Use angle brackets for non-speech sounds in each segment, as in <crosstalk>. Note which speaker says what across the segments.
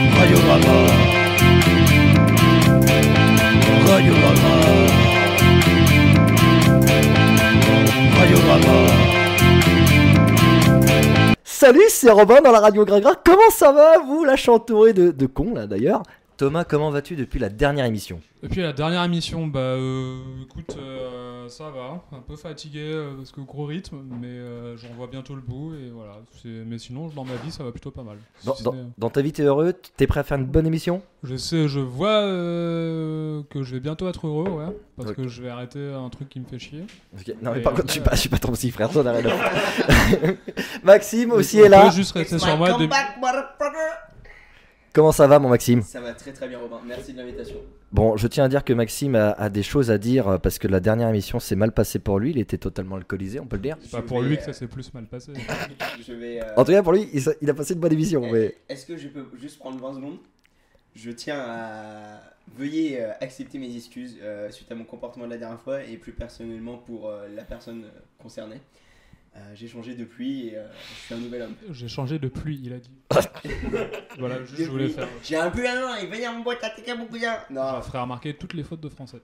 Speaker 1: Rama. Radio Rama. Radio Rama.
Speaker 2: Salut, c'est Robin dans la radio Gringra. Comment ça va, vous, la chantourée de, de con, là, d'ailleurs Thomas, comment vas-tu depuis la dernière émission
Speaker 3: Depuis la dernière émission, bah euh, écoute, euh, ça va, un peu fatigué euh, parce que gros rythme, mais euh, j'en vois bientôt le bout et voilà. C'est- Mais sinon, dans ma vie, ça va plutôt pas mal.
Speaker 2: dans,
Speaker 3: Si ce
Speaker 2: dans-
Speaker 3: n'est-
Speaker 2: dans ta vie, t'es heureux T'es prêt à faire une bonne émission
Speaker 3: Je sais, je vois euh, que je vais bientôt être heureux, ouais, parce
Speaker 2: Ok.
Speaker 3: que je vais arrêter un truc qui me fait chier.
Speaker 2: Ok, Non, mais
Speaker 3: Et
Speaker 2: par
Speaker 3: euh,
Speaker 2: contre, je suis
Speaker 3: euh,
Speaker 2: pas, je suis pas ton petit frère, toi, rien à voir. <laughs> Maxime aussi
Speaker 3: On
Speaker 2: est là.
Speaker 3: peut juste rester
Speaker 4: It's
Speaker 3: sur
Speaker 4: my
Speaker 3: moi. des-
Speaker 4: comeback, motherfucker.
Speaker 2: Comment ça va, mon Maxime
Speaker 4: Ça va très très bien Robin, merci de l'invitation.
Speaker 2: Bon, je tiens à dire que Maxime a, a des choses à dire euh, parce que la dernière émission s'est mal passée pour lui. Il était totalement alcoolisé, on peut le dire.
Speaker 3: C'est pas
Speaker 4: Je
Speaker 3: Bah, pour
Speaker 4: vais,
Speaker 3: lui que ça
Speaker 4: euh,
Speaker 3: s'est plus mal
Speaker 2: <laughs>
Speaker 3: passé.
Speaker 4: Je vais. euh,
Speaker 2: En tout cas, pour lui, il, s- il a passé une bonne émission.
Speaker 4: eh,
Speaker 2: Mais...
Speaker 4: Est-ce que je peux juste prendre 20 secondes Je tiens à. Veuillez euh, accepter mes excuses euh, suite à mon comportement de la dernière fois et plus personnellement pour euh, la personne euh, concernée. Euh, J'ai changé depuis et euh, je suis un nouvel homme.
Speaker 3: J'ai changé de pluie, il a dit.
Speaker 2: <laughs>
Speaker 3: voilà, juste, je voulais
Speaker 4: Depuis,
Speaker 3: faire.
Speaker 4: J'ai un plus un an et venir mon boîte à TK beaucoup bien. Non,
Speaker 3: Je ferai remarquer toutes les fautes de français.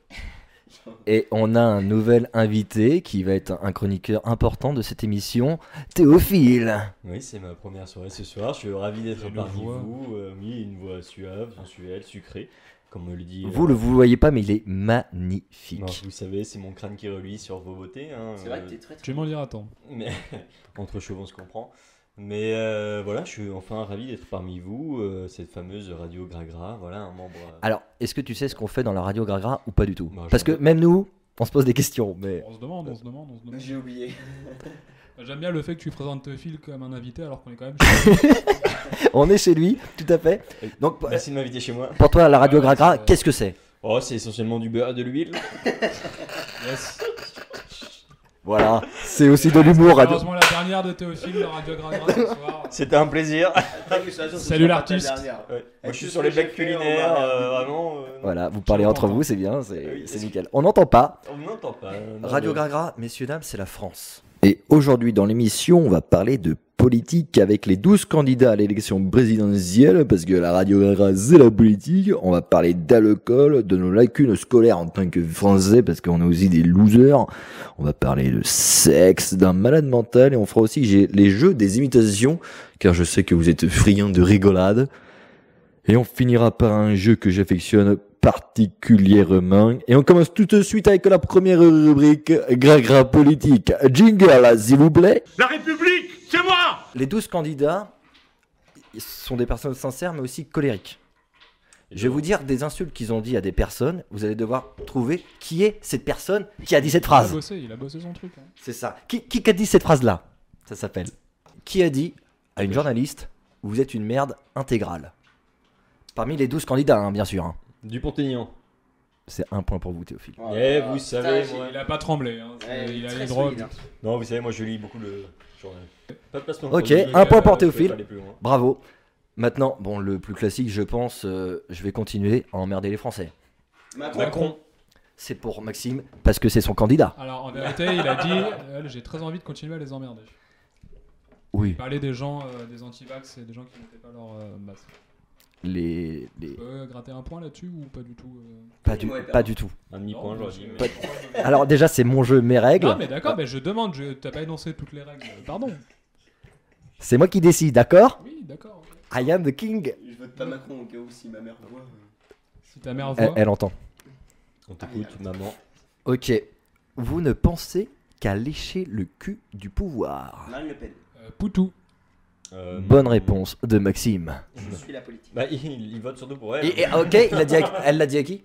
Speaker 2: Et on a un nouvel invité qui va être un- un chroniqueur important de cette émission, Théophile.
Speaker 5: Oui, c'est ma première soirée ce soir. Je suis ravi d'être
Speaker 3: Une
Speaker 5: parmi
Speaker 3: voix.
Speaker 5: vous. euh, oui, une voix suave, sensuelle, sucrée, comme on le dit. euh,
Speaker 2: Vous le vous voyez pas, mais il est
Speaker 5: non,
Speaker 2: magnifique.
Speaker 5: vous savez, c'est mon crâne qui reluit sur vos beautés. hein,
Speaker 4: <laughs> c'est vrai
Speaker 5: euh,
Speaker 4: que t'es très très.
Speaker 3: Tu m'en diras tant.
Speaker 5: mais <laughs> entre chevaux, on se comprend. Mais euh, voilà, je suis enfin ravi d'être parmi vous. euh, cette fameuse radio Gragra, voilà, un membre. euh,
Speaker 2: Alors, est-ce que tu sais ce qu'on fait dans la radio Gragra ou pas du tout
Speaker 5: Non, je
Speaker 2: Parce
Speaker 5: sais
Speaker 2: que
Speaker 5: pas.
Speaker 2: même nous, on se pose des questions. Mais <laughs>
Speaker 3: On se demande, on se demande, on se demande.
Speaker 4: J'ai oublié.
Speaker 3: Bah, J'aime bien le fait que tu présentes Teufil comme un invité alors qu'on est quand même.
Speaker 2: on est chez lui, tout à fait. Donc, pour-
Speaker 5: Merci de m'inviter chez moi.
Speaker 2: pour toi, la
Speaker 5: Ah,
Speaker 2: radio
Speaker 3: Ouais,
Speaker 2: Gragra,
Speaker 3: c'est-
Speaker 2: qu'est-ce que c'est
Speaker 5: Oh, c'est essentiellement du beurre et de l'huile.
Speaker 3: yes.
Speaker 2: Voilà, c'est aussi
Speaker 5: Ah,
Speaker 2: de l'humour. radio-
Speaker 3: Malheureusement, la dernière de Théophile, le Radio Gragra ce soir.
Speaker 5: C'était un plaisir.
Speaker 3: Salut l'artiste.
Speaker 5: Ouais.
Speaker 4: Est-ce
Speaker 5: Moi, je suis
Speaker 4: que
Speaker 5: sur les
Speaker 4: j'ai
Speaker 5: becs
Speaker 4: fait,
Speaker 5: culinaires,
Speaker 4: on va-
Speaker 5: euh, vraiment. euh,
Speaker 2: Voilà, vous parlez entre vous, c'est bien,
Speaker 5: Ah
Speaker 2: c'est
Speaker 5: oui,
Speaker 2: c'est
Speaker 5: est-ce-
Speaker 2: nickel. On n'entend pas.
Speaker 5: On n'entend pas. euh, non,
Speaker 2: Radio
Speaker 5: mais-
Speaker 2: Gragra, messieurs, dames, c'est la France. Et aujourd'hui, dans l'émission, on va parler de politique avec les 12 candidats à l'élection présidentielle, parce que la Radio Gragra, c'est la politique. On va parler d'alcool, de nos lacunes scolaires en tant que Français, parce qu'on a aussi des losers. On va parler de sexe, d'un malade mental, et on fera aussi j'ai- les jeux des imitations, car je sais que vous êtes friands de rigolade. Et on finira par un jeu que j'affectionne particulièrement. Et on commence tout de suite avec la première rubrique, Gragra politique. Jingle, s'il vous plaît.
Speaker 6: La République, c'est moi
Speaker 2: Les 12 candidats sont des personnes sincères mais aussi colériques. Je vais vous dire des insultes qu'ils ont dit à des personnes. Vous allez devoir trouver qui est cette personne qui a dit cette
Speaker 3: Il a
Speaker 4: Ah.
Speaker 2: phrase.
Speaker 3: bossé, il a bossé son truc. hein.
Speaker 2: C'est ça. Qui, qui a dit cette phrase-là Ça s'appelle. Qui a dit à une journaliste Vous êtes une merde intégrale Parmi les 12 candidats, hein, bien sûr. hein.
Speaker 5: Dupont-Aignan.
Speaker 2: C'est un point pour vous, Théophile.
Speaker 4: Oh,
Speaker 5: Eh,
Speaker 4: là,
Speaker 5: vous
Speaker 4: là.
Speaker 5: savez,
Speaker 4: Putain,
Speaker 5: moi-
Speaker 3: Il a pas tremblé. hein.
Speaker 4: j'ai- Ouais,
Speaker 3: il a
Speaker 4: très
Speaker 3: les droits.
Speaker 4: solide, hein.
Speaker 5: Non, vous savez, moi je lis beaucoup le journal. Pas de placement. de
Speaker 2: Ok,
Speaker 5: produit,
Speaker 2: un point
Speaker 5: euh,
Speaker 2: pour
Speaker 5: je peux
Speaker 2: Théophile.
Speaker 5: pas aller plus loin.
Speaker 2: Bravo. Maintenant, bon, le plus classique, je pense, euh, je vais continuer à emmerder les Français.
Speaker 4: Macron.
Speaker 5: Macron.
Speaker 2: C'est pour Maxime, parce que c'est son candidat.
Speaker 3: Alors en vérité, il a dit euh, j'ai très envie de continuer à les emmerder.
Speaker 2: Oui.
Speaker 3: Il parlait des gens, euh, des anti-vax et des gens qui n'étaient pas leur euh, masque.
Speaker 2: Les,
Speaker 3: On
Speaker 2: les-
Speaker 3: peut gratter un point là-dessus ou pas du tout euh
Speaker 2: Pas, du, pas du tout.
Speaker 5: Un demi-point,
Speaker 3: Non, bah,
Speaker 5: j'aurais
Speaker 3: je-
Speaker 5: dit. mais-
Speaker 2: Pas- Alors déjà, c'est mon jeu, mes règles.
Speaker 3: Non mais d'accord, mais je demande, je... t'as pas énoncé toutes les règles. Pardon.
Speaker 2: C'est moi qui décide, d'accord
Speaker 3: Oui, d'accord. ok.
Speaker 2: I am the king.
Speaker 4: Je vote pas Macron au cas où si ma mère voit. euh.
Speaker 3: Si ta mère
Speaker 2: Elle,
Speaker 3: voit.
Speaker 2: elle entend.
Speaker 5: On t'écoute, maman.
Speaker 2: Ok. Vous ne pensez qu'à lécher le cul du pouvoir.
Speaker 4: Ah. Marine Le Pen,
Speaker 3: Euh, Poutou.
Speaker 5: Euh,
Speaker 2: Bonne réponse de Maxime.
Speaker 4: je suis la politique.
Speaker 5: Bah, <laughs> il, il vote surtout pour elle.
Speaker 2: Et, et- ok, il a dit à- elle l'a dit à qui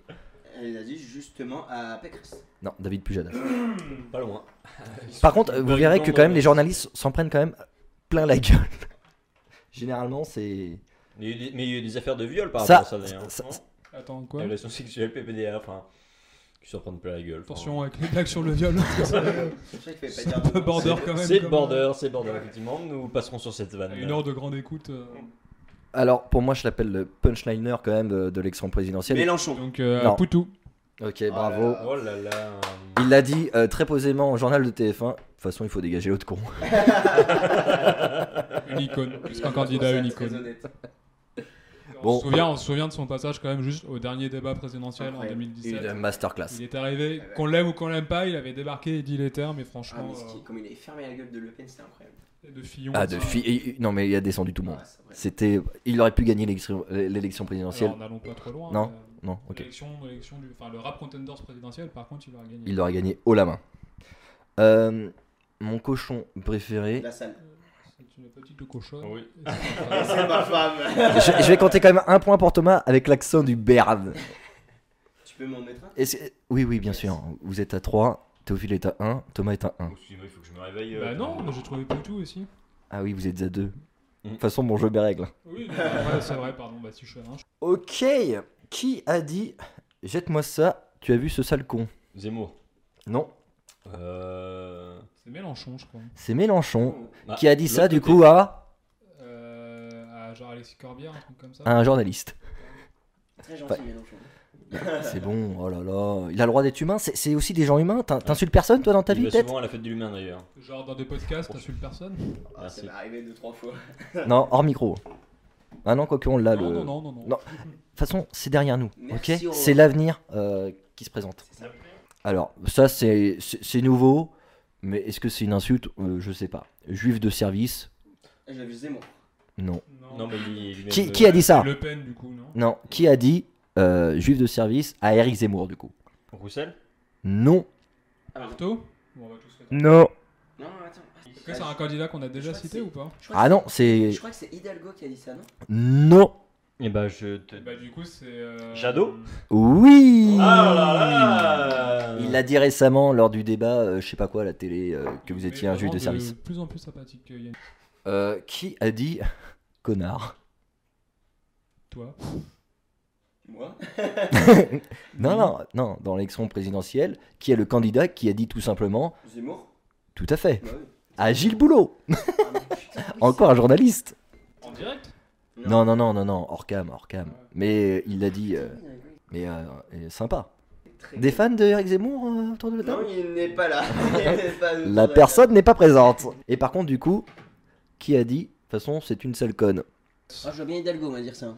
Speaker 4: Elle a dit justement à Pécresse.
Speaker 2: Non, David Pujade.
Speaker 5: Pas loin.
Speaker 2: <laughs> Par contre, vous
Speaker 5: Bonne
Speaker 2: verrez que quand même
Speaker 5: grande-
Speaker 2: les journalistes s'en prennent quand même plein la gueule. <laughs> Généralement, c'est.
Speaker 5: Il y a eu des- Mais il y a eu des affaires de viol par
Speaker 2: Ça-
Speaker 5: rapport à ça d'ailleurs.
Speaker 2: ça-
Speaker 5: Non
Speaker 2: ça-
Speaker 3: Attends
Speaker 5: Les
Speaker 3: quoi
Speaker 5: Relations sexuelles, PPDA, enfin. Tu s'en prends plein la gueule. enfin.
Speaker 3: Attention avec les blagues sur le viol.
Speaker 4: C'est vrai qu'il fallait
Speaker 3: C'est
Speaker 4: pas
Speaker 3: un
Speaker 4: dire
Speaker 3: peu
Speaker 4: de bord.
Speaker 3: border quand même.
Speaker 5: C'est
Speaker 3: comme-
Speaker 5: border, c'est border, effectivement. Nous passerons sur cette vanne.
Speaker 3: À Une heure de grande écoute. euh,
Speaker 2: Alors, pour moi, je l'appelle le punchliner quand même de, de l'élection présidentielle.
Speaker 4: Mélenchon.
Speaker 3: Donc euh,
Speaker 2: Non.
Speaker 3: Poutou.
Speaker 2: Ok,
Speaker 4: Oh
Speaker 2: bravo.
Speaker 4: là
Speaker 5: Oh là là.
Speaker 2: Il l'a dit euh, très posément au journal de TF1. De toute façon, il faut dégager l'autre con.
Speaker 3: Une icône,
Speaker 4: Je
Speaker 3: plus
Speaker 4: trouve
Speaker 3: qu'un candidat,
Speaker 4: ça
Speaker 3: une
Speaker 4: très
Speaker 3: icône.
Speaker 4: honnête.
Speaker 5: Bon.
Speaker 3: on, se souvient, on se souvient de son passage quand même juste au dernier débat présidentiel en
Speaker 4: Incroyable.
Speaker 3: 2017.
Speaker 2: Une masterclass.
Speaker 3: Il est arrivé,
Speaker 4: Ah ouais.
Speaker 3: qu'on l'aime ou qu'on l'aime pas, il avait débarqué et dit les termes, et
Speaker 4: Ah,
Speaker 3: franchement,
Speaker 4: mais ce qui- comme il avait fermé la gueule de Le Pen, c'était incroyable.
Speaker 3: euh, de Fillon.
Speaker 2: Ah, de
Speaker 3: ça-
Speaker 2: fi- et- et- Non, mais il a descendu tout le monde.
Speaker 4: Ah, c'est vrai.
Speaker 2: C'était. Il aurait pu gagner l'élection l'élection
Speaker 3: Alors,
Speaker 2: présidentielle.
Speaker 3: n'allons pas trop loin.
Speaker 2: Non.
Speaker 3: mais
Speaker 2: Non, ok.
Speaker 3: l'élection- l'élection du- enfin, le rap contenders présidentiel, par contre, il aurait gagné.
Speaker 2: Il l'aurait gagné haut la main. Euh, mon cochon préféré.
Speaker 4: La salle.
Speaker 3: C'est une petite cochonne.
Speaker 5: Oui.
Speaker 3: Et c'est pas grave.
Speaker 4: <laughs> C'est ma femme.
Speaker 2: <laughs> je, je vais compter quand même un point pour Thomas avec l'accent du Berne.
Speaker 4: tu peux m'en mettre un
Speaker 2: Est-ce- Oui, oui, bien sûr. hein. Vous êtes à 3, Théophile est à 1, Thomas est à 1.
Speaker 5: Oh, Excusez-moi, il faut que je me réveille. euh,
Speaker 3: Bah non, mais j'ai trouvé tout aussi.
Speaker 2: Ah oui, vous êtes à 2. De
Speaker 5: Mm.
Speaker 2: toute façon, bon, je mes règles.
Speaker 3: Oui, non, ouais, c'est vrai, pardon, bah si je suis un.
Speaker 2: Ok, qui a dit Jette-moi ça, tu as vu ce sale con
Speaker 5: Zemmour.
Speaker 2: Non,
Speaker 5: Euh...
Speaker 3: C'est Mélenchon, je crois.
Speaker 2: c'est Mélenchon
Speaker 5: bah,
Speaker 2: qui a dit ça
Speaker 5: l'autre
Speaker 2: du
Speaker 5: côté.
Speaker 2: coup à,
Speaker 3: Euh, à genre Alexis Corbière, un truc comme ça.
Speaker 2: à un journaliste.
Speaker 4: Très gentil, Mélenchon.
Speaker 5: Ah.
Speaker 2: C'est bon, oh là là. Il a le droit d'être humain, c'est- c'est aussi des gens humains. T'in- T'insultes personne toi dans ta
Speaker 5: Il
Speaker 2: vie
Speaker 5: va
Speaker 2: peut-être
Speaker 5: souvent à la fête de l'humain d'ailleurs.
Speaker 3: Genre dans des podcasts, t'insultes personne
Speaker 4: Ah, ça
Speaker 5: Merci.
Speaker 4: m'est arrivé deux, trois fois.
Speaker 2: Non, hors micro. Ah non, quoi qu'on l'a
Speaker 3: non,
Speaker 2: le.
Speaker 3: non, non, non, non.
Speaker 2: Non. De toute façon, c'est derrière nous,
Speaker 4: Merci,
Speaker 2: ok
Speaker 4: Romain.
Speaker 2: C'est l'avenir euh, qui se présente.
Speaker 4: C'est ça.
Speaker 2: Alors, ça, c'est c'est- c'est nouveau, mais est-ce que c'est une insulte Euh, Je sais pas. Juif de service
Speaker 4: J'ai vu Zemmour.
Speaker 2: Non.
Speaker 5: Non, mais il, euh, il
Speaker 2: Qui, qui a dit ça
Speaker 3: Le Pen, du coup, non
Speaker 2: Non. Qui a dit euh, juif de service à Eric Zemmour, du coup
Speaker 5: Roussel
Speaker 2: Non.
Speaker 4: Ah, non.
Speaker 3: Artaud Bon, on va tous faire.
Speaker 2: Non.
Speaker 4: non, attends.
Speaker 3: Est-ce que c'est un candidat qu'on a déjà
Speaker 4: Je crois que
Speaker 3: cité
Speaker 4: c'est-
Speaker 3: ou pas
Speaker 4: Je crois
Speaker 2: Ah
Speaker 4: que
Speaker 2: non,
Speaker 4: c'est-
Speaker 2: c'est.
Speaker 4: Je crois que c'est Hidalgo qui a dit ça, non
Speaker 2: Non.
Speaker 5: Eh bah, je te.
Speaker 3: Bah, du coup, c'est. euh,
Speaker 5: Jadot
Speaker 2: Oui
Speaker 3: Oh
Speaker 5: Ah oh là là
Speaker 2: Il l'a dit récemment lors du débat, euh, je sais pas quoi, à la télé, euh, que vous
Speaker 3: mais
Speaker 2: étiez un juif
Speaker 3: vraiment
Speaker 2: de service.
Speaker 3: De plus en plus sympathique, euh, Yannick.
Speaker 2: Euh, qui a dit <laughs> connard
Speaker 3: Toi
Speaker 4: Moi
Speaker 2: Non, non, non, dans l'élection présidentielle, qui est le candidat qui a dit tout simplement
Speaker 4: Zemmour
Speaker 2: tout à fait
Speaker 4: Bah oui.
Speaker 2: à Gilles Boulot, <laughs>
Speaker 4: Ah, mais putain, oui,
Speaker 2: encore un journaliste.
Speaker 3: En direct
Speaker 4: c'est-
Speaker 2: Non, non, non, non, non, hors cam, hors cam. Mais il l'a dit, euh,
Speaker 4: Hidalgo, il
Speaker 2: mais euh, euh, sympa.
Speaker 4: est très-
Speaker 2: Des fans de Eric Zemmour euh, autour de la
Speaker 4: Non,
Speaker 2: table
Speaker 4: il n'est pas là. Il n'est pas autour de
Speaker 2: La personne n'est pas présente. Et par contre, du coup, qui a dit De toute façon, c'est une sale conne.
Speaker 4: table. Ah, je vois bien Hidalgo, on va dire ça.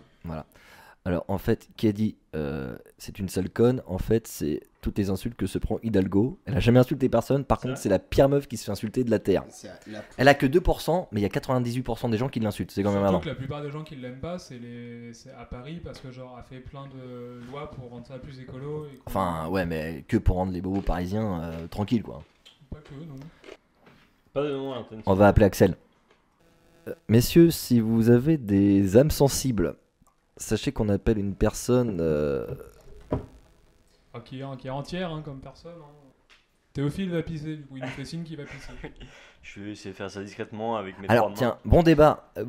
Speaker 2: Alors en fait, qui a dit euh, c'est une sale conne, en fait, c'est toutes les insultes que se prend Hidalgo. Elle a jamais insulté personne, par contre,
Speaker 5: vrai
Speaker 2: c'est la pire meuf qui se fait insulter de la Terre.
Speaker 4: C'est la
Speaker 2: Elle a que 2%, mais il y a 98% des gens qui l'insultent, c'est quand même
Speaker 3: Surtout
Speaker 2: marrant.
Speaker 3: que la plupart des gens qui l'aiment pas, c'est les... c'est à Paris parce que, genre, a fait plein de lois pour rendre ça plus écolo. Et qu'on-
Speaker 2: Enfin, ouais, mais que pour rendre les bobos parisiens euh, tranquilles, quoi.
Speaker 3: Pas que, non.
Speaker 5: Pas de nom à l'antenne.
Speaker 2: On va appeler Axel. Euh, messieurs, si vous avez des âmes sensibles, sachez qu'on appelle une personne. euh,
Speaker 3: Enfin, Ah, qui, est, qui est entière, hein, comme personne. hein. Théophile va pisser, du coup, il nous fait signe qu'il va pisser.
Speaker 5: Je vais essayer de faire ça discrètement avec mes
Speaker 2: Alors,
Speaker 5: trois mains.
Speaker 2: tiens, bon débat. Euh,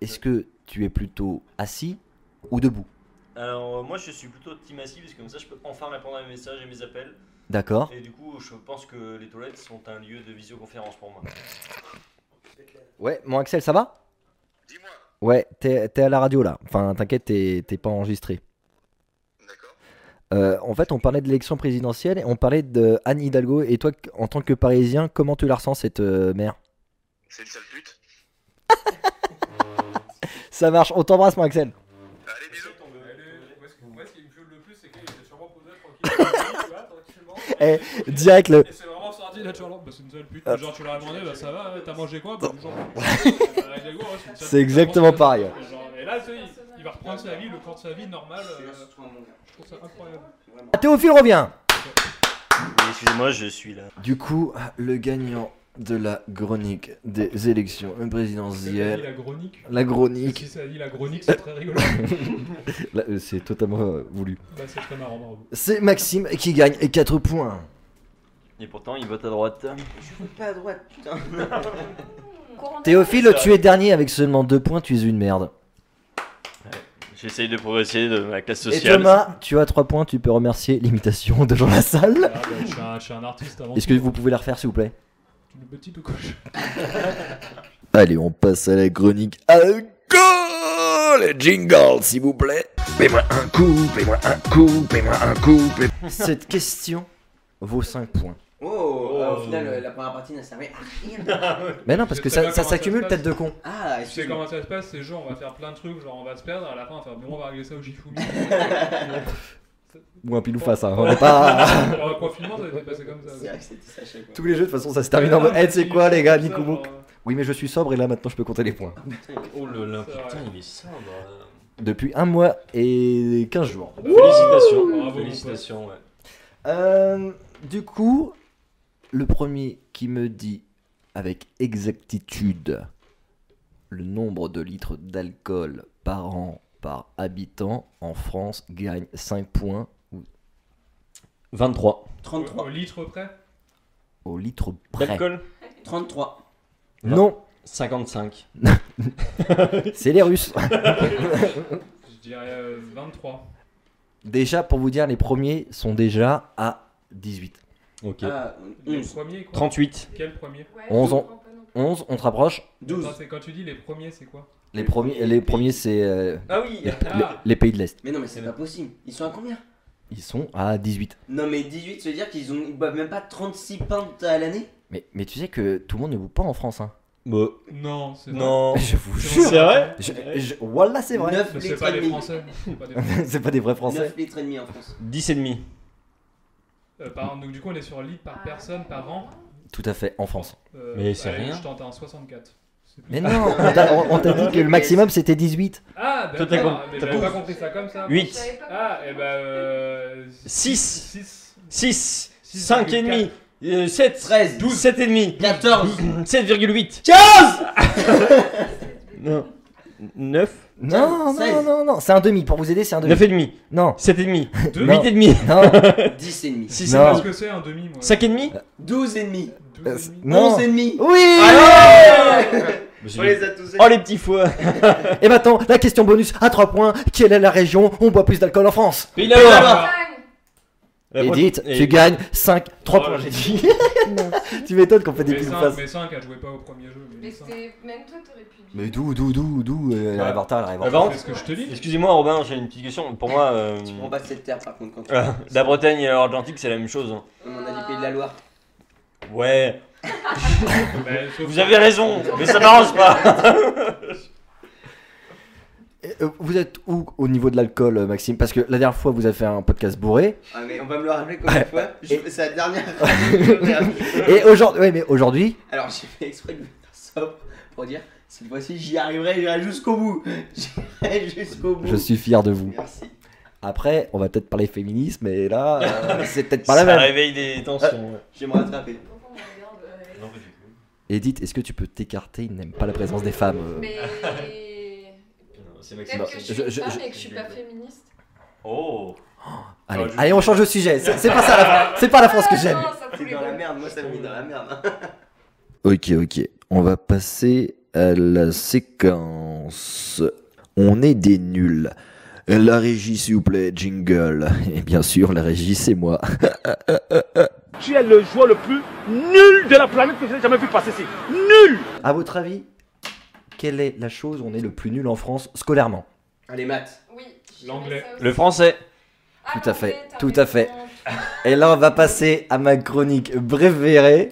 Speaker 2: Est-ce que tu es plutôt assis ou debout
Speaker 5: Alors, euh, moi, je suis plutôt team assis parce que comme ça, je peux enfin répondre à mes messages et mes appels.
Speaker 2: D'accord
Speaker 5: Et du coup, je pense que les toilettes sont un lieu de visioconférence pour moi.
Speaker 2: Ouais, mon Axel, ça va Dis-moi. Ouais, t'es t'es à la radio là. Enfin, t'inquiète, t'es t'es pas enregistré. Euh, en fait, on parlait de l'élection présidentielle, et on parlait de Anne Hidalgo, et toi, qu- en tant que Parisien, comment tu la ressens cette euh, mère
Speaker 7: C'est une sale pute.
Speaker 2: <laughs> Ça marche, on t'embrasse, mon Axel.
Speaker 7: Allez, bisous.
Speaker 3: Moi, ce qui me gueule le plus, c'est qu'il était sûrement posé
Speaker 2: <laughs>
Speaker 3: tranquillement, tu vois, tranquillement.
Speaker 2: Eh, direct le.
Speaker 3: Et c'est vraiment sorti naturellement. Bah, c'est une sale pute.
Speaker 2: Ah.
Speaker 3: Genre, tu leur as demandé, bah ça va, t'as mangé quoi Bah, du genre. Bah,
Speaker 2: <laughs>
Speaker 3: Hidalgo, ouais, une sale
Speaker 2: C'est
Speaker 3: pute.
Speaker 2: exactement pareil.
Speaker 3: Genre, Et là, tu sais, il, il va reprendre sa vie, le cours de sa vie normal. euh, je trouve ça incroyable.
Speaker 4: Vraiment.
Speaker 2: Ah, Théophile revient
Speaker 5: Oui, excusez-moi, je suis là.
Speaker 2: Du coup, le gagnant de la chronique des élections
Speaker 3: Il
Speaker 2: présidentielles,
Speaker 3: la chronique.
Speaker 2: la
Speaker 3: Si
Speaker 2: chronique,
Speaker 3: ça dit la chronique, c'est
Speaker 2: <laughs>
Speaker 3: très rigolo.
Speaker 2: là, euh, c'est totalement euh, voulu.
Speaker 3: bah, c'est très marrant, bravo.
Speaker 2: C'est Maxime qui gagne 4 points.
Speaker 5: Et pourtant, il vote à droite.
Speaker 4: Je veux pas à droite, putain.
Speaker 2: Théophile, tu es dernier avec seulement deux points, tu es une merde.
Speaker 5: J'essaye de progresser de ma classe
Speaker 2: Et
Speaker 5: sociale.
Speaker 2: Thomas, tu as trois points, tu peux remercier l'imitation de Jean Lassalle.
Speaker 3: Ah, bah, je, suis un, je suis un artiste avant.
Speaker 2: Est-ce
Speaker 3: tout.
Speaker 2: que vous pouvez la refaire s'il vous plaît
Speaker 3: Une petite coche.
Speaker 2: Allez, on passe à la chronique alcool Jingle s'il vous plaît.
Speaker 1: Paie-moi un coup, paie-moi un coup, paie-moi un coup, paie-moi
Speaker 2: Cette question vaut 5 points.
Speaker 4: Oh,
Speaker 5: Oh.
Speaker 4: euh, au final, euh, la première partie n'a servi à rien.
Speaker 8: Mais non, parce que
Speaker 3: Je sais
Speaker 8: ça,
Speaker 3: pas
Speaker 8: ça
Speaker 3: comment ça
Speaker 8: s'accumule,
Speaker 3: se
Speaker 8: tête de con.
Speaker 4: Ah,
Speaker 3: Tu sais
Speaker 4: excuse-moi.
Speaker 3: comment ça se passe, c'est genre on va faire plein de trucs, genre on va se perdre, à la fin on va faire bon, on va régler ça
Speaker 2: <laughs>
Speaker 3: au Jifumi.
Speaker 2: Ou un pilou
Speaker 3: face,
Speaker 2: face, Ah, hein. on n'est
Speaker 3: <laughs>
Speaker 5: <laughs>
Speaker 2: pas.
Speaker 3: Alors le confinement ça a été passé comme
Speaker 4: C'est
Speaker 3: ça.
Speaker 4: vrai que c'était ça à chaque fois.
Speaker 2: Tous les jeux, de toute façon, ça se termine en mode. Eh, c'est quoi, les gars, Nikubo
Speaker 3: Nikumuk
Speaker 2: Oui, mais je suis sobre et là, maintenant, je peux compter les points.
Speaker 5: Oh là là,
Speaker 3: C'est vrai.
Speaker 5: putain, il est sobre. hein.
Speaker 2: Depuis un mois et 15 jours.
Speaker 5: Félicitations,
Speaker 3: Bravo, mon pote.
Speaker 5: félicitations, ouais.
Speaker 2: Euh, du coup, le premier qui me dit avec exactitude le nombre de litres d'alcool par an par habitant en France gagne 5 points
Speaker 5: 23.
Speaker 4: 33.
Speaker 3: Au litre près
Speaker 2: au litre près.
Speaker 5: D'alcool
Speaker 4: 33.
Speaker 2: Non,
Speaker 5: 55.
Speaker 2: c'est les Russes.
Speaker 3: Je dirais euh, 23.
Speaker 2: Déjà, pour vous dire, les premiers sont déjà à 18.
Speaker 5: Ok.
Speaker 4: Ah,
Speaker 3: Les
Speaker 4: 11.
Speaker 3: premiers quoi
Speaker 5: 38.
Speaker 3: Quel premier
Speaker 9: Ouais,
Speaker 2: 11
Speaker 9: je
Speaker 2: ans.
Speaker 9: comprends pas non plus.
Speaker 2: 11, on te rapproche.
Speaker 3: Attends,
Speaker 4: 12.
Speaker 3: c'est quand tu dis les premiers, c'est quoi
Speaker 2: Les premiers, les premiers c'est euh,
Speaker 5: Ah oui
Speaker 2: les,
Speaker 3: Ah
Speaker 2: les pays de l'Est.
Speaker 4: Mais non, mais c'est pas possible. Ils sont à combien
Speaker 2: Ils sont à 18.
Speaker 4: Non, mais 18, se dire qu'ils ont... ils boivent même pas 36 pintes à l'année
Speaker 2: Mais, mais tu sais que tout le monde ne bout pas en France. Hein.
Speaker 3: Non, c'est vrai.
Speaker 5: Bah, <laughs> Non.
Speaker 2: Je vous
Speaker 3: C'est
Speaker 2: jure.
Speaker 5: C'est vrai
Speaker 2: Je, je- voilà, c'est vrai.
Speaker 4: 9
Speaker 3: Mais
Speaker 4: litres
Speaker 3: c'est pas
Speaker 4: et
Speaker 3: les
Speaker 4: demi.
Speaker 3: Français. C'est pas des
Speaker 2: <laughs>
Speaker 3: Français.
Speaker 2: c'est pas des vrais Français.
Speaker 4: 9 litres et demi en France.
Speaker 5: 10 et demi.
Speaker 3: Euh, par an, donc du coup on est sur litre
Speaker 9: Ah.
Speaker 3: par personne par an.
Speaker 2: Tout à fait, en <laughs> France.
Speaker 3: Euh,
Speaker 5: Mais c'est
Speaker 3: allez,
Speaker 5: rien.
Speaker 3: Je tente un 64. C'est plus-
Speaker 2: Mais non, on t'a- on on t'a dit que le maximum c'était 18.
Speaker 3: Ah,
Speaker 5: Toi,
Speaker 3: d'accord,
Speaker 5: t'as
Speaker 3: mais
Speaker 5: t'as
Speaker 3: j'avais
Speaker 5: pas
Speaker 3: pas compris ça comme ça.
Speaker 5: Huit.
Speaker 9: Je savais pas
Speaker 3: Ah,
Speaker 5: eh
Speaker 9: comment
Speaker 3: et
Speaker 9: ça
Speaker 3: ben. Euh,
Speaker 5: Six.
Speaker 3: 6.
Speaker 5: 6.
Speaker 3: Six
Speaker 5: 5 et
Speaker 3: virgule
Speaker 5: demi. Euh, 7.
Speaker 4: 13.
Speaker 5: 12. 7 et demi.
Speaker 4: 14.
Speaker 5: 7,8.
Speaker 4: 15
Speaker 5: <laughs> Non. 9.
Speaker 2: Non, non,
Speaker 4: Seize.
Speaker 2: non, non. C'est un demi. Pour vous aider, c'est un demi.
Speaker 5: 9 et demi. <laughs>
Speaker 2: Non,
Speaker 5: 7 et demi.
Speaker 2: Non.
Speaker 5: 8 et demi.
Speaker 2: non,
Speaker 4: 10 et demi.
Speaker 5: 6
Speaker 2: Non.
Speaker 3: Parce que c'est un demi, moi.
Speaker 5: 5 et demi
Speaker 4: 12 et demi.
Speaker 3: Deux
Speaker 2: euh,
Speaker 3: et demi.
Speaker 2: non.
Speaker 4: 11 et demi.
Speaker 2: Oui
Speaker 5: Ah.
Speaker 4: On les a tous.
Speaker 5: Oh les petits foies
Speaker 2: Et maintenant, la question bonus à 3 points. Quelle est la région où on boit plus d'alcool en France
Speaker 5: Pays
Speaker 4: d'Amour.
Speaker 5: d'Amour.
Speaker 2: Ah.
Speaker 9: Bretagne.
Speaker 5: La pro-
Speaker 2: Edith,
Speaker 5: et-
Speaker 2: tu gagnes 5, 3
Speaker 3: Oh,
Speaker 2: points.
Speaker 3: j'ai
Speaker 2: dit. <laughs> tu m'étonnes qu'on fait des
Speaker 3: Mais
Speaker 2: piles
Speaker 3: 5,
Speaker 2: face.
Speaker 3: mais 5, elle jouait pas au premier jeu. Mais
Speaker 9: Mais
Speaker 3: 5.
Speaker 9: c'était. Même toi, t'aurais pu dire.
Speaker 2: Mais d'où, d'où, d'où, d'où euh, Elle
Speaker 5: Ouais.
Speaker 2: arrive en retard, elle arrive en
Speaker 5: Ah,
Speaker 2: retard.
Speaker 5: par
Speaker 3: C'est ce que je te dis.
Speaker 5: Excusez-moi Robin, j'ai une petite question. Pour moi, euh,
Speaker 4: Tu prends pas cette terre par contre quand tu.
Speaker 5: euh, <laughs> la Bretagne et l'Atlantique c'est la même chose. hein.
Speaker 4: On a du pays de la Loire.
Speaker 5: Ouais.
Speaker 3: Bah, sauf
Speaker 5: Vous
Speaker 3: que-
Speaker 5: avez raison, mais ça m'arrange <laughs> pas.
Speaker 2: Et, euh, Vous êtes où au niveau de l'alcool, euh, Maxime Parce que la dernière fois, vous avez fait un podcast bourré.
Speaker 4: Ah, mais on va me le rappeler combien de fois Je- C'est la dernière.
Speaker 2: <laughs> Et aujourd'hui, ouais, mais aujourd'hui,
Speaker 4: Alors j'ai fait exprès de me faire sobre pour dire cette fois-ci j'y arriverai, j'irai jusqu'au bout. <laughs> J'irai jusqu'au bout.
Speaker 2: je suis fier de vous.
Speaker 4: Merci.
Speaker 2: Après, on va peut-être parler féminisme, et là,
Speaker 5: <laughs>
Speaker 2: euh, c'est peut-être pas la
Speaker 5: Ça
Speaker 2: même.
Speaker 5: réveille des tensions. ouais.
Speaker 4: Je vais me rattraper.
Speaker 9: Pourquoi on regarde euh,
Speaker 2: Edith, est-ce que tu peux t'écarter Il n'aime pas la présence des femmes. euh. <laughs>
Speaker 9: Mais.
Speaker 5: C'est
Speaker 9: Peut-être que je
Speaker 2: Je-
Speaker 9: suis
Speaker 2: je-
Speaker 9: une femme
Speaker 2: je-
Speaker 9: et que je suis pas féministe.
Speaker 5: Oh
Speaker 2: Allez,
Speaker 5: Ah, je-
Speaker 2: allez, on change de sujet. C'est c'est pas ça, la, c'est pas la France que j'aime.
Speaker 9: Ah, non, ça
Speaker 4: C'est
Speaker 9: fout les
Speaker 4: dans la
Speaker 9: boules.
Speaker 4: merde, moi ça me met dans la merde. hein.
Speaker 2: Ok, ok. On va passer à la séquence. On est des nuls. La régie, s'il vous plaît, jingle. <laughs> Et bien sûr, la régie, c'est moi.
Speaker 6: <laughs> Tu es le joueur le plus nul de la planète que j'ai jamais vu passer ici. Nul
Speaker 2: À votre avis, quelle est la chose où on est le plus nul en France scolairement
Speaker 4: Allez, maths.
Speaker 9: Oui. je
Speaker 3: L'anglais.
Speaker 9: dirais ça aussi.
Speaker 5: Le français.
Speaker 9: Ah,
Speaker 2: Tout à fait,
Speaker 9: l'anglais, t'as
Speaker 2: tout à fait.
Speaker 9: raison.
Speaker 2: Et là, on va passer à ma chronique préférée.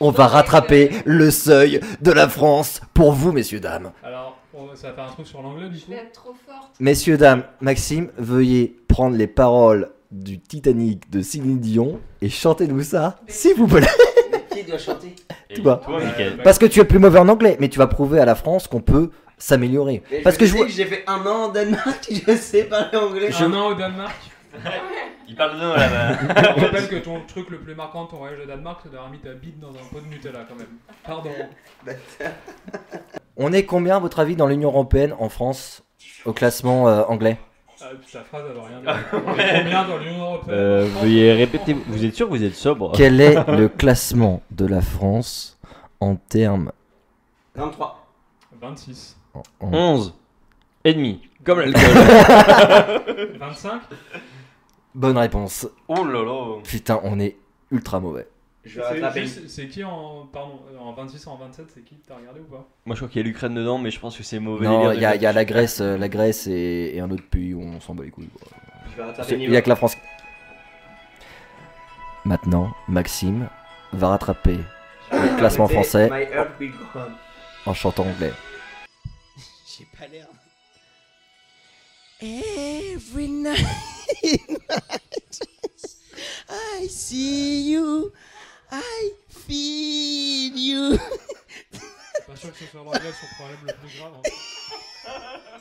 Speaker 2: On va rattraper le seuil de la France pour vous, messieurs, dames.
Speaker 3: Alors, on- ça va faire un truc sur l'anglais du
Speaker 9: Je
Speaker 3: coup
Speaker 9: vais être trop forte.
Speaker 2: Messieurs, dames, Maxime, veuillez prendre les paroles du Titanic de Céline Dion et chantez-nous ça, s'il vous plaît.
Speaker 4: Mais qui doit chanter
Speaker 5: Et
Speaker 2: bas.
Speaker 5: Toi, Mickaël.
Speaker 3: Euh,
Speaker 2: Parce que tu es plus mauvais en anglais, mais tu vas prouver à la France qu'on peut s'améliorer.
Speaker 4: Mais
Speaker 2: Parce
Speaker 4: vous
Speaker 2: que je
Speaker 4: sais
Speaker 2: vois.
Speaker 4: J'ai fait un an en Danemark, <laughs> je sais parler anglais.
Speaker 3: Un an au Danemark.
Speaker 5: <laughs> Il parle de nous <laughs> là-bas.
Speaker 3: Je te rappelle que ton truc le plus marquant de ton voyage au Danemark, c'est d'avoir mis ta bite dans un pot de Nutella quand même. Pardon.
Speaker 2: On est combien, à votre avis, dans l'Union Européenne en France au classement euh, anglais
Speaker 3: Ah, puis ta phrase, elle veut rien dire. On est Combien dans l'Union Européenne
Speaker 5: Euh.
Speaker 3: en France
Speaker 5: Vous êtes sûr que vous êtes sobre
Speaker 2: Quel <laughs> est le classement de la France en termes.
Speaker 4: 23.
Speaker 3: 26.
Speaker 2: en- en-
Speaker 5: 11 et demi. Comme l'alcool.
Speaker 3: 25
Speaker 2: Bonne réponse.
Speaker 5: <laughs> oh là là.
Speaker 2: Putain, on est ultra mauvais.
Speaker 4: Je vais
Speaker 3: C'est-
Speaker 4: rattraper.
Speaker 3: C'est c'est qui en. Pardon, en 26 en 27, c'est qui T'as regardé ou pas
Speaker 5: Moi je crois qu'il y a l'Ukraine dedans, mais je pense que c'est mauvais.
Speaker 2: Non,
Speaker 5: délire
Speaker 2: il
Speaker 5: de
Speaker 2: y, a-
Speaker 5: mettre-
Speaker 2: y a la Grèce, euh, la Grèce et, et un
Speaker 4: hein.
Speaker 2: autre pays où on s'en bat les couilles. quoi.
Speaker 4: Je vais rattraper
Speaker 2: Il y a
Speaker 4: niveau.
Speaker 2: que la France. Maintenant, Maxime va rattraper le classement français
Speaker 4: My heart will go on.
Speaker 2: en chantant anglais.
Speaker 4: J'ai pas l'air.
Speaker 8: Every night I see you, I feel you.
Speaker 3: Pas sûr que ce soit l'anglais son problème le plus grave. hein.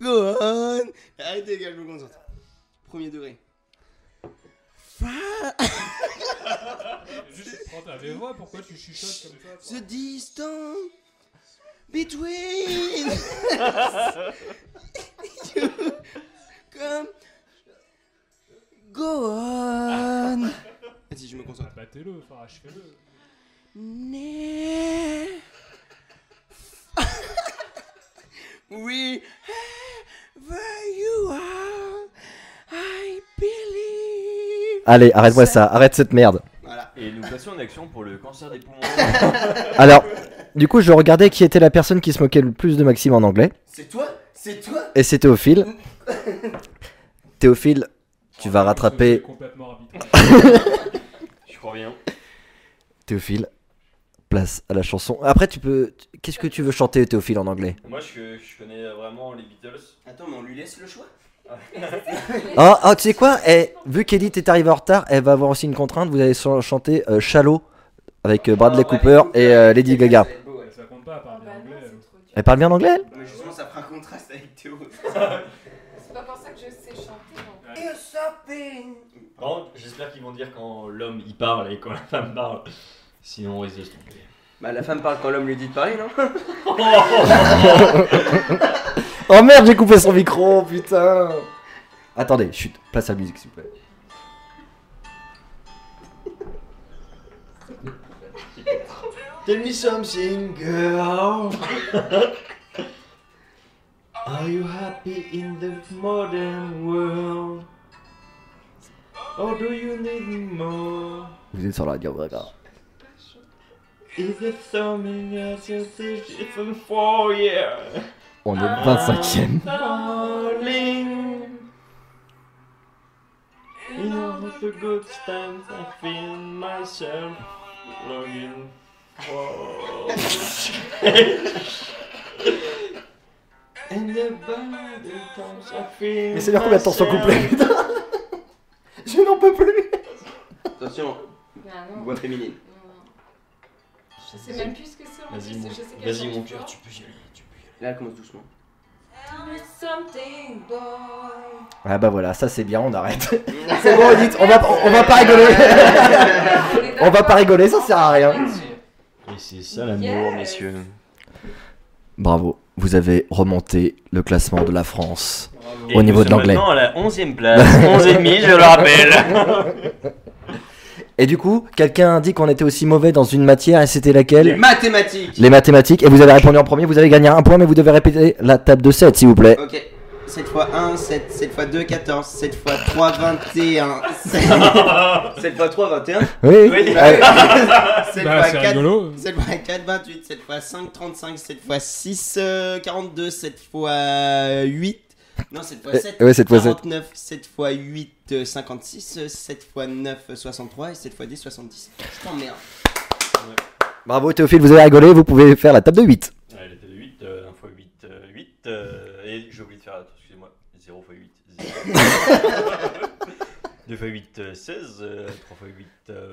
Speaker 4: Go on. Arrêtez, les gars, je me concentre. Premier degré.
Speaker 8: From
Speaker 3: Juste prends ta voix, pourquoi tu chuchotes comme ça
Speaker 8: the distance between us. you come. Go on.
Speaker 4: Vas-y, je me
Speaker 3: Ah,
Speaker 4: concentre.
Speaker 3: Battez-le, enfin achevez-le.
Speaker 8: Ne-
Speaker 4: Oui.
Speaker 8: Where you are, I believe.
Speaker 2: Allez, arrête-moi ça, arrête cette merde.
Speaker 4: Voilà.
Speaker 5: Et nous passons en action pour le cancer des <laughs> poumons.
Speaker 2: Alors, du coup, je regardais qui était la personne qui se moquait le plus de Maxime en anglais,
Speaker 4: C'est toi C'est toi
Speaker 2: et c'est Théophile. Théophile, tu vas rattraper.
Speaker 3: C'est complètement arbitraire.
Speaker 5: Je crois bien.
Speaker 2: Théophile, place à la chanson. Après, tu peux. Qu'est-ce que tu veux chanter, Théophile, en anglais
Speaker 5: Moi, je, je connais vraiment les Beatles.
Speaker 4: Attends, mais on lui laisse le choix
Speaker 2: Ah, ah, tu sais quoi Eh, Vu qu'Edith est arrivée en retard, elle va avoir aussi une contrainte. Vous allez so- chanter euh, Shallow avec euh, Bradley
Speaker 4: Ah,
Speaker 2: Cooper et euh, Lady
Speaker 4: Cooper,
Speaker 2: Gaga.
Speaker 4: ça va être beau, ouais.
Speaker 3: Ça compte pas, à
Speaker 9: Ah
Speaker 3: part bien
Speaker 9: bah non,
Speaker 3: anglais.
Speaker 5: hein.
Speaker 3: hein.
Speaker 9: c'est trop dur.
Speaker 2: Elle parle bien anglais elle
Speaker 4: Mais justement, ça fera un contraste avec Théo.
Speaker 9: C'est pas pour ça que je sais chanter. non.
Speaker 5: Par contre, j'espère qu'ils vont dire quand l'homme y parle et quand la femme parle. Sinon, on risque de se tromper.
Speaker 4: Bah, la femme parle quand l'homme lui dit de parler, non
Speaker 2: Oh merde, j'ai coupé son micro, putain Attendez, chut, place à la musique, s'il vous plaît.
Speaker 5: Tell me something, girl. Are you happy in the modern world? Or do you need more?
Speaker 2: Vous êtes sur la radio, regarde.
Speaker 5: Is there something else you think it's in for you?
Speaker 2: On est le 25ème.
Speaker 5: Darling. In all of the good times, I feel myself longing for. And the bad times, I feel.
Speaker 2: Mais c'est bien combien de temps sont
Speaker 5: myself-
Speaker 2: couplés, putain Je n'en peux plus
Speaker 4: Attention,
Speaker 2: Bah,
Speaker 9: Ah non,
Speaker 4: voix féminine.
Speaker 9: non, non. Je sais même plus ce que c'est en
Speaker 5: Vas-y,
Speaker 9: plus.
Speaker 5: mon,
Speaker 9: Je sais qu'elle
Speaker 5: vas-y,
Speaker 9: chante
Speaker 5: mon
Speaker 9: fort.
Speaker 5: cœur, tu peux y aller. Tu peux y aller.
Speaker 4: Là, elle commence doucement.
Speaker 9: Tell me something, boy.
Speaker 2: Ah bah voilà, ça c'est bien, on <laughs> arrête. c'est bon, Edith, on va, on va pas <laughs> rigoler
Speaker 9: On,
Speaker 2: On va pas rigoler, ça sert à rien.
Speaker 5: Et c'est ça
Speaker 9: l'amour, Yes. messieurs.
Speaker 2: Bravo, vous avez remonté le classement de la France.
Speaker 3: Bravo.
Speaker 2: Au niveau de l'anglais.
Speaker 5: Maintenant à la 11ème
Speaker 2: <laughs>
Speaker 5: place, 11ème, je le rappelle.
Speaker 2: Et du coup, quelqu'un a dit qu'on était aussi mauvais dans une matière et c'était laquelle
Speaker 4: Les mathématiques
Speaker 2: Les mathématiques. Et vous avez répondu en premier, vous avez gagné un point, mais vous devez répéter la table de 7, s'il vous plaît.
Speaker 4: Ok. 7 x 1, 7, 7 x 2, 14, 7 x 3,
Speaker 3: <laughs>
Speaker 4: 21. 7 x 3, 21.
Speaker 2: Oui,
Speaker 5: Oui.
Speaker 2: Allez.
Speaker 4: 7
Speaker 3: Bah,
Speaker 4: x
Speaker 3: c'est
Speaker 4: 4,
Speaker 3: rigolo.
Speaker 4: 7 x 4, 28, 7 x 5, 35, 7 x 6, 42, 7 x 8, non 7
Speaker 2: Eh,
Speaker 4: x
Speaker 2: <laughs>
Speaker 4: 7,
Speaker 2: ouais, 7 fois 7.
Speaker 4: 49, 7 x 8, 56, 7 x 9, 63 et 7 x 10, 70. Je t'emmerde.
Speaker 2: Bravo Théophile, vous avez rigolé, vous pouvez faire la table de 8.
Speaker 5: Elle était de euh, 8, 1 x 8, 8. euh, et j'ai oublié de faire, attends, excusez-moi, 0 x <laughs> 8. 2 x 8, 16. 3 x 8,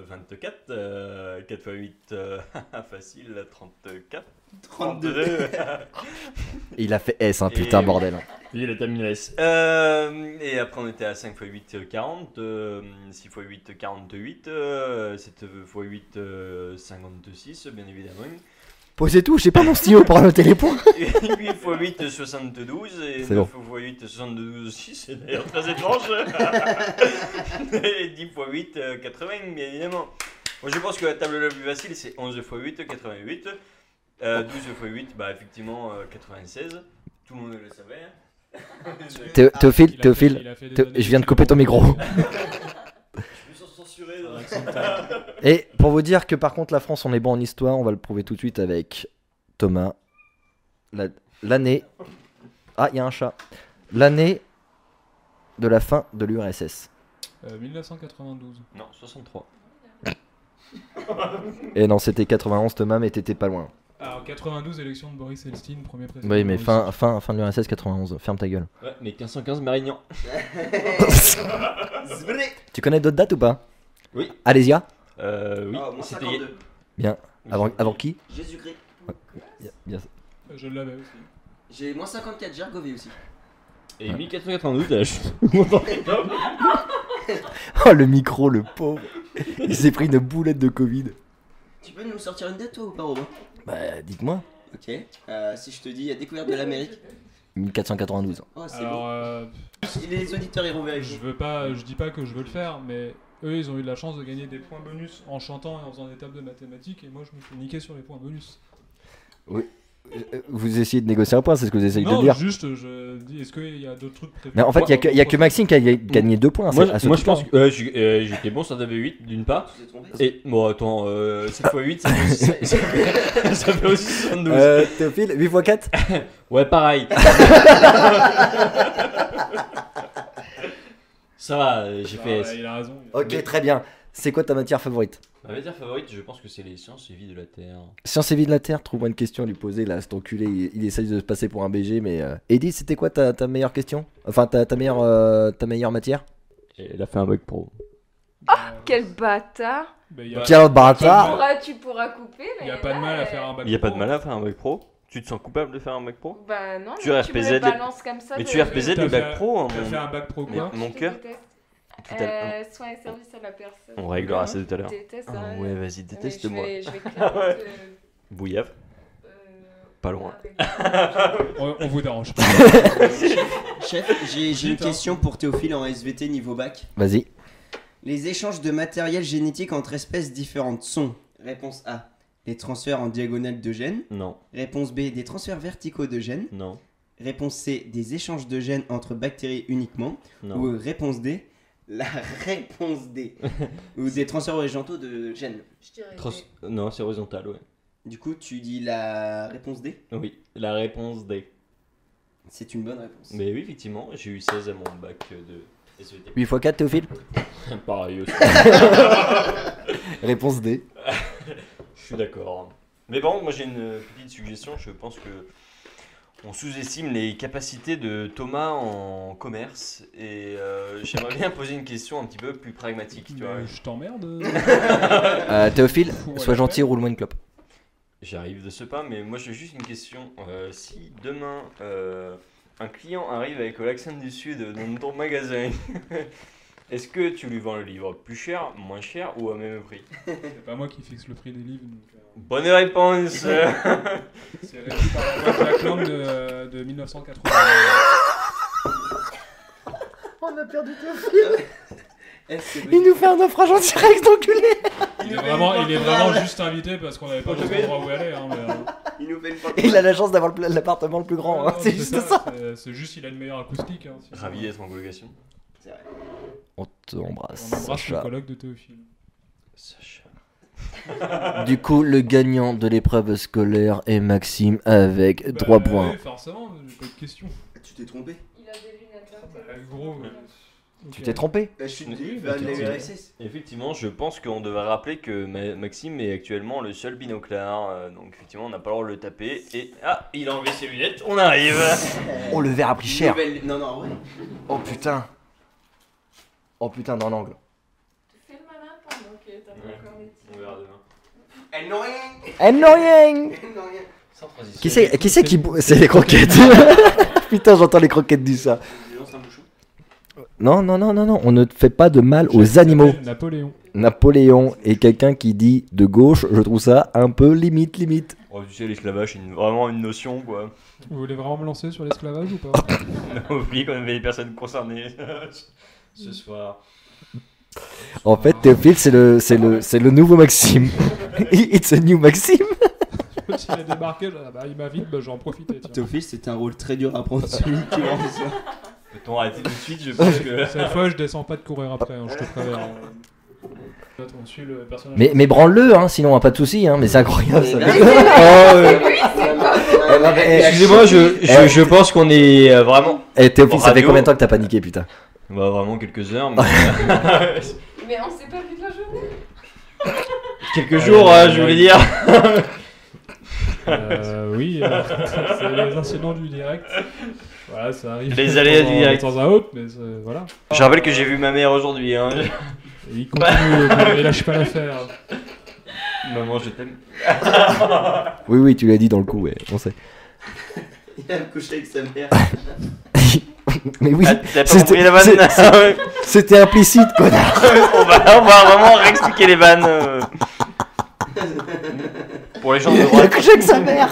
Speaker 5: 24. 4 x 8, euh, <laughs> facile, 34.
Speaker 3: <laughs>
Speaker 5: 32. <laughs>
Speaker 2: Il a fait S, hein,
Speaker 5: Et-
Speaker 2: putain, bordel.
Speaker 5: Oui, la terminale S. Euh, et après, on était à 5 x 8, euh, 40. euh, 6 x 8, 48. euh, 7 x 8, euh, 52, 6, bien évidemment.
Speaker 2: Posez tout, j'ai pas mon stylo pour noter les points.
Speaker 5: Et <laughs> 8 x 8, euh, 72. Et
Speaker 2: C'est
Speaker 5: 9 x 8, euh, 72, 6. C'est d'ailleurs très <laughs> étrange. et 10 x 8, euh, 80, bien évidemment. Bon, je pense que la table la plus facile, c'est 11 x 8, 88. Euh, 12 x 8, bah, effectivement, euh, 96. Tout le monde le savait.
Speaker 4: <laughs>
Speaker 5: hein.
Speaker 2: Thé-
Speaker 3: Il a
Speaker 2: Théophile,
Speaker 3: fait-
Speaker 2: Théophile,
Speaker 3: il a fait des
Speaker 2: Thé-
Speaker 3: années
Speaker 2: je viens de
Speaker 3: de
Speaker 2: couper ton micro.
Speaker 5: Je me sens censuré dans
Speaker 2: Et pour vous dire que par contre, la France, on est bon en histoire, on va le prouver tout de suite avec Thomas. La- L'année. Ah, il y a un chat. L'année de la fin de l'URSS.
Speaker 3: Euh, 1992.
Speaker 5: Non, 63.
Speaker 2: Et non, c'était 91, Thomas, mais t'étais pas loin.
Speaker 3: Alors 92, élection de Boris Elstine, premier président.
Speaker 2: Oui, mais
Speaker 3: de
Speaker 2: fin, fin, fin de l'URSS 91, ferme ta gueule.
Speaker 5: Ouais, mais 1515 Marignan.
Speaker 4: Zvré
Speaker 2: Tu connais d'autres dates ou pas
Speaker 5: Oui.
Speaker 2: Allez-y, hein.
Speaker 5: Euh, oui,
Speaker 4: Ah, moins
Speaker 5: c'était-
Speaker 4: 52.
Speaker 2: avant, avant qui
Speaker 4: Jésus-Christ.
Speaker 3: Russie. Euh, Je l'avais aussi.
Speaker 4: J'ai moins 54, j'ai regové aussi.
Speaker 5: Et 1492, là, je <laughs> suis
Speaker 2: <laughs> Oh, le micro, le pauvre Il s'est pris une boulette de Covid.
Speaker 4: Tu peux nous sortir une date toi ou pas Robin
Speaker 2: Bah, dites-moi.
Speaker 4: Ok. Euh, si je te dis découverte de l'Amérique.
Speaker 2: 1492.
Speaker 4: <laughs> Oh c'est
Speaker 3: Alors,
Speaker 4: bon.
Speaker 3: euh,
Speaker 4: Les auditeurs iront
Speaker 3: je
Speaker 4: vérifier.
Speaker 3: veux pas, je dis pas que je veux le faire, mais eux, ils ont eu de la chance de gagner des points bonus en chantant et en faisant des tables de mathématiques, et moi, je me suis niqué sur les points bonus.
Speaker 2: Euh, Vous essayez de négocier un point, c'est ce que vous essayez de
Speaker 3: non,
Speaker 2: dire.
Speaker 3: juste, je dis, est-ce qu'il y a d'autres trucs prévus
Speaker 2: Mais en fait, il y a, que- y a que Maxime qui a gagné deux points.
Speaker 5: Moi,
Speaker 2: c'est- à ce
Speaker 5: moi, je
Speaker 2: tour.
Speaker 5: pense que euh, j'ai- euh, j'étais bon, ça avait 8 d'une part.
Speaker 4: Tu t'es trompé
Speaker 5: Et bon, attends, euh, 7 x 8, ça fait aussi, ça
Speaker 4: <laughs>
Speaker 5: fait- ça fait aussi 72.
Speaker 2: Euh, Théophile, 8 x 4
Speaker 5: Ouais, <laughs> pareil. ça va, euh, j'ai
Speaker 3: Ah,
Speaker 5: fait.
Speaker 3: ouais, il a raison. il a-
Speaker 2: Ok, très bien. C'est quoi ta matière favorite
Speaker 5: Ma matière favorite, je pense que c'est les sciences et vie de la Terre.
Speaker 2: Science et vie de la Terre, trouve-moi une question à lui poser. Là, cet enculé, il, il essaye de se passer pour un BG, mais. Euh... Eddie, c'était quoi ta, ta meilleure question Enfin, ta, ta, meilleure, euh, ta meilleure matière
Speaker 5: elle a fait un bug pro.
Speaker 3: Bah,
Speaker 9: Ah, Quel bâtard
Speaker 3: bah, il y a-
Speaker 2: Quel bâtard
Speaker 9: Pourra- Tu pourras couper, mais.
Speaker 3: Il n'y a pas de
Speaker 9: là,
Speaker 3: mal à
Speaker 9: euh,
Speaker 3: faire un bac.
Speaker 5: Il n'y a pas de
Speaker 3: pro.
Speaker 5: mal à faire un bug pro Tu te sens coupable de faire un bug pro
Speaker 9: Bah non,
Speaker 5: Tu
Speaker 9: mais tu
Speaker 5: RPZ,
Speaker 9: me le balances comme ça.
Speaker 5: Mais
Speaker 9: de-
Speaker 5: tu RPZ
Speaker 3: T'as
Speaker 5: le
Speaker 3: fait-
Speaker 5: bac pro, hein,
Speaker 3: T'as fait un bac pro
Speaker 5: mon,
Speaker 3: quoi
Speaker 5: mon
Speaker 9: Je te
Speaker 5: cœur.
Speaker 9: déteste.
Speaker 5: Tout à l'heure.
Speaker 9: Euh, soins et services à la personne.
Speaker 5: On réglera ça tout à
Speaker 9: Je
Speaker 5: l'heure.
Speaker 9: déteste,
Speaker 5: Ah
Speaker 9: hein,
Speaker 5: ouais,
Speaker 9: mais
Speaker 5: vas-y,
Speaker 9: je
Speaker 5: déteste-moi.
Speaker 9: vais- je vais
Speaker 5: <laughs> Ah ouais.
Speaker 9: clairement te-
Speaker 5: Bouillave,
Speaker 9: euh,
Speaker 5: pas loin.
Speaker 9: avec-
Speaker 5: <laughs>
Speaker 3: On, on vous dérange pas.
Speaker 4: Chef, j'ai j'ai une
Speaker 3: Vite, hein.
Speaker 4: question pour Théophile en SVT niveau bac.
Speaker 2: Vas-y.
Speaker 4: Les échanges de matériel génétique entre espèces différentes sont Réponse A. Les transferts en diagonale de gènes.
Speaker 5: Non,
Speaker 4: Réponse B. Des transferts verticaux de gènes.
Speaker 5: non,
Speaker 4: Réponse C. Des échanges de gènes entre bactéries uniquement.
Speaker 5: non.
Speaker 4: Ou réponse D. La <laughs> réponse D. Ou des transferts horizontaux de gènes.
Speaker 9: Je dirais-
Speaker 5: Trans- Non, c'est horizontal, ouais.
Speaker 4: Du coup, tu dis la réponse D.
Speaker 5: Oui, la réponse D.
Speaker 4: C'est une bonne réponse.
Speaker 5: Mais oui, effectivement, j'ai eu 16 à mon bac euh, de SVT.
Speaker 2: 8 x 4, Théophile
Speaker 5: Pareil aussi,
Speaker 2: Réponse D.
Speaker 5: je suis d'accord. Mais par contre, moi j'ai une petite suggestion, je pense que on sous-estime les capacités de Thomas en commerce et euh, j'aimerais bien poser une question un petit peu plus pragmatique, tu vois.
Speaker 3: Mais Ben,
Speaker 2: <laughs>
Speaker 3: Je t'emmerde.
Speaker 2: Euh, Théophile,
Speaker 3: Fou, ouais,
Speaker 2: sois gentil,
Speaker 3: ouais.
Speaker 2: roule-moi une clope. <laughs>
Speaker 5: J'arrive de ce pas, mais moi j'ai juste une question. Euh, si demain euh, un client arrive avec l'accent du Sud dans ton magasin, <laughs> est-ce que tu lui vends le livre plus cher, moins cher ou au même prix
Speaker 3: C'est pas moi qui fixe le prix des livres. donc, euh,
Speaker 5: Bonne réponse
Speaker 3: C'est régi par la loi Jack Lang de, de 1980.
Speaker 2: On a perdu
Speaker 4: Est-ce que-
Speaker 2: Il nous fait un naufrage en direct, enculé
Speaker 3: Il est vraiment, il est vraiment juste invité parce qu'on n'avait pas d'autre endroit où aller. Hein, mais, euh,
Speaker 4: Il nous fait une
Speaker 2: Il a la chance d'avoir le pla- l'appartement le plus <laughs> grand, hein,
Speaker 3: non,
Speaker 2: c'est juste ça.
Speaker 3: c'est- C'est juste qu'il a une meilleure acoustique. Hein, sinon,
Speaker 5: Ravi d'être en colocation.
Speaker 2: On t'embrasse,
Speaker 3: On embrasse le
Speaker 2: Sacha.
Speaker 3: colloque de Théophile.
Speaker 5: Sacha.
Speaker 2: Du coup, le gagnant de l'épreuve scolaire est Maxime avec 3
Speaker 3: Bah,
Speaker 2: points.
Speaker 3: oui, forcément, j'ai pas de question.
Speaker 4: Tu t'es trompé.
Speaker 9: Il a des lunettes. hein,
Speaker 3: Bah,
Speaker 9: Théo.
Speaker 3: gros. euh,
Speaker 2: Tu
Speaker 3: ok.
Speaker 2: t'es trompé
Speaker 4: La chute
Speaker 5: Oui,
Speaker 4: du
Speaker 5: oui,
Speaker 4: vers
Speaker 5: bah,
Speaker 4: la
Speaker 5: t'es-
Speaker 4: URSS.
Speaker 5: Effectivement, je pense qu'on devrait rappeler que Ma- Maxime est actuellement le seul binoclard, euh, donc effectivement on n'a pas le droit de le taper. Et ah, il a enlevé ses lunettes, on arrive
Speaker 2: Oh, le verre a pris cher
Speaker 4: Euh, Nouvelle- Non, non, en vrai.
Speaker 2: Oh putain Oh putain, dans l'angle.
Speaker 9: Fais le malin pendant que t'as pas
Speaker 5: Ouais.
Speaker 9: encore les tirs.
Speaker 5: On verra demain.
Speaker 4: Elle n'a rien.
Speaker 2: And no yang
Speaker 4: Elle n'a rien.
Speaker 5: Sans transition.
Speaker 2: Qui c'est qui, c'est qui bou- C'est les croquettes <laughs> Putain, j'entends les croquettes du chat.
Speaker 4: Je lance un bouchon.
Speaker 2: Non, non, non, non, non, on ne fait pas de mal aux animaux.
Speaker 3: Napoléon.
Speaker 2: Napoléon est quelqu'un qui dit de gauche, je trouve ça un peu limite, limite.
Speaker 5: Oh, tu sais, l'esclavage, c'est une- vraiment une notion quoi.
Speaker 3: Vous voulez vraiment me lancer sur l'esclavage ou pas
Speaker 5: On a oublié qu'on avait les personnes concernées <laughs> ce soir.
Speaker 2: En fait, Théophile, c'est le, c'est le, c'est le nouveau Maxime. <laughs> It's a new Maxime.
Speaker 3: S'il a débarqué, j'ai- ah bah, il m'invite, bah, je vais en profiter. tiens.
Speaker 4: Théophile, c'était un rôle très dur à prendre celui <laughs> qui rend ça.
Speaker 5: Peut-on arrêter tout de suite <laughs> Je pense que.
Speaker 3: Cette fois, je descends pas de courir après, hein, je te préviens. Note, Euh, On suit le personnage.
Speaker 2: Mais, mais branle-le, hein, sinon hein, pas de soucis, hein, mais c'est incroyable. ça.
Speaker 4: Mais-
Speaker 2: <laughs> Oh, euh,
Speaker 4: Elle
Speaker 2: non, mais-
Speaker 5: Excusez-moi, je, je, je pense qu'on est euh, vraiment.
Speaker 2: eh, Théophile, ça fait
Speaker 5: Radio.
Speaker 2: combien de temps que t'as paniqué, putain
Speaker 5: Bah, vraiment quelques heures. mais-
Speaker 9: Mais on s'est pas vu de
Speaker 3: <laughs>
Speaker 9: la journée.
Speaker 5: <laughs>
Speaker 9: hein.
Speaker 5: quelques jours,
Speaker 3: Euh,
Speaker 5: hein, je voulais dire.
Speaker 3: Euh, oui, euh, <laughs> c'est les incidents du direct. Voilà, ça arrive.
Speaker 5: Les aléas du
Speaker 3: dans-
Speaker 5: direct.
Speaker 3: Dans un autre, mais euh, voilà.
Speaker 5: Je rappelle que j'ai vu ma mère aujourd'hui. Hein.
Speaker 3: Et il
Speaker 5: Bah.
Speaker 3: continue, il lâche pas l'affaire.
Speaker 5: <laughs> Maman, je t'aime.
Speaker 2: Oui, oui, tu l'as dit dans le coup, ouais, on sait.
Speaker 4: Il a couché avec sa mère.
Speaker 2: Mais oui,
Speaker 5: Ah, T'as pas
Speaker 2: C'était-
Speaker 5: compris la <laughs> vanne Ah
Speaker 2: c'est- c'était implicite, connard.
Speaker 5: on, va, on va vraiment réexpliquer les vannes. <laughs> euh. Pour les gens de
Speaker 2: Il a
Speaker 5: droite.
Speaker 2: couché avec sa mère.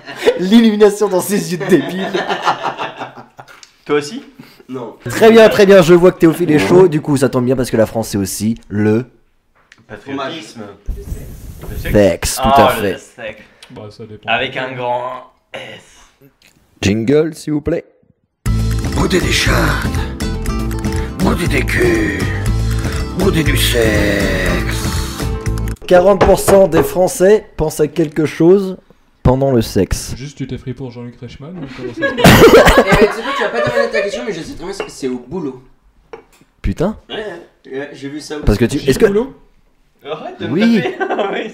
Speaker 2: <laughs> L'illumination dans ses yeux de débile.
Speaker 5: Toi aussi
Speaker 4: Non.
Speaker 2: Très bien, très bien, je vois que Théophile est chaud, du coup ça tombe bien parce que la France c'est aussi le
Speaker 5: Patriotisme. Le sexe.
Speaker 2: sexe, tout à
Speaker 5: Oh, le
Speaker 2: fait.
Speaker 5: sexe.
Speaker 3: Bah, ça dépend.
Speaker 5: Avec un grand S.
Speaker 2: Jingle, s'il vous plaît.
Speaker 1: Bouder des chattes, bouder des culs, bouder du sexe.
Speaker 2: 40% des Français pensent à quelque chose pendant le sexe.
Speaker 3: Juste, tu t'es pris pour Jean-Luc Reichmann ou comment ça se
Speaker 5: <laughs>
Speaker 3: passe
Speaker 4: Eh ben, tu sais quoi, tu vas pas demander ta question, mais je sais très bien ce que c'est au boulot.
Speaker 2: Putain,
Speaker 4: Ouais, ouais, j'ai vu ça.
Speaker 2: parce que tu. Est-ce
Speaker 3: Au
Speaker 2: que.
Speaker 3: boulot
Speaker 5: Arrête de
Speaker 2: Oui.
Speaker 5: me taper. Oui.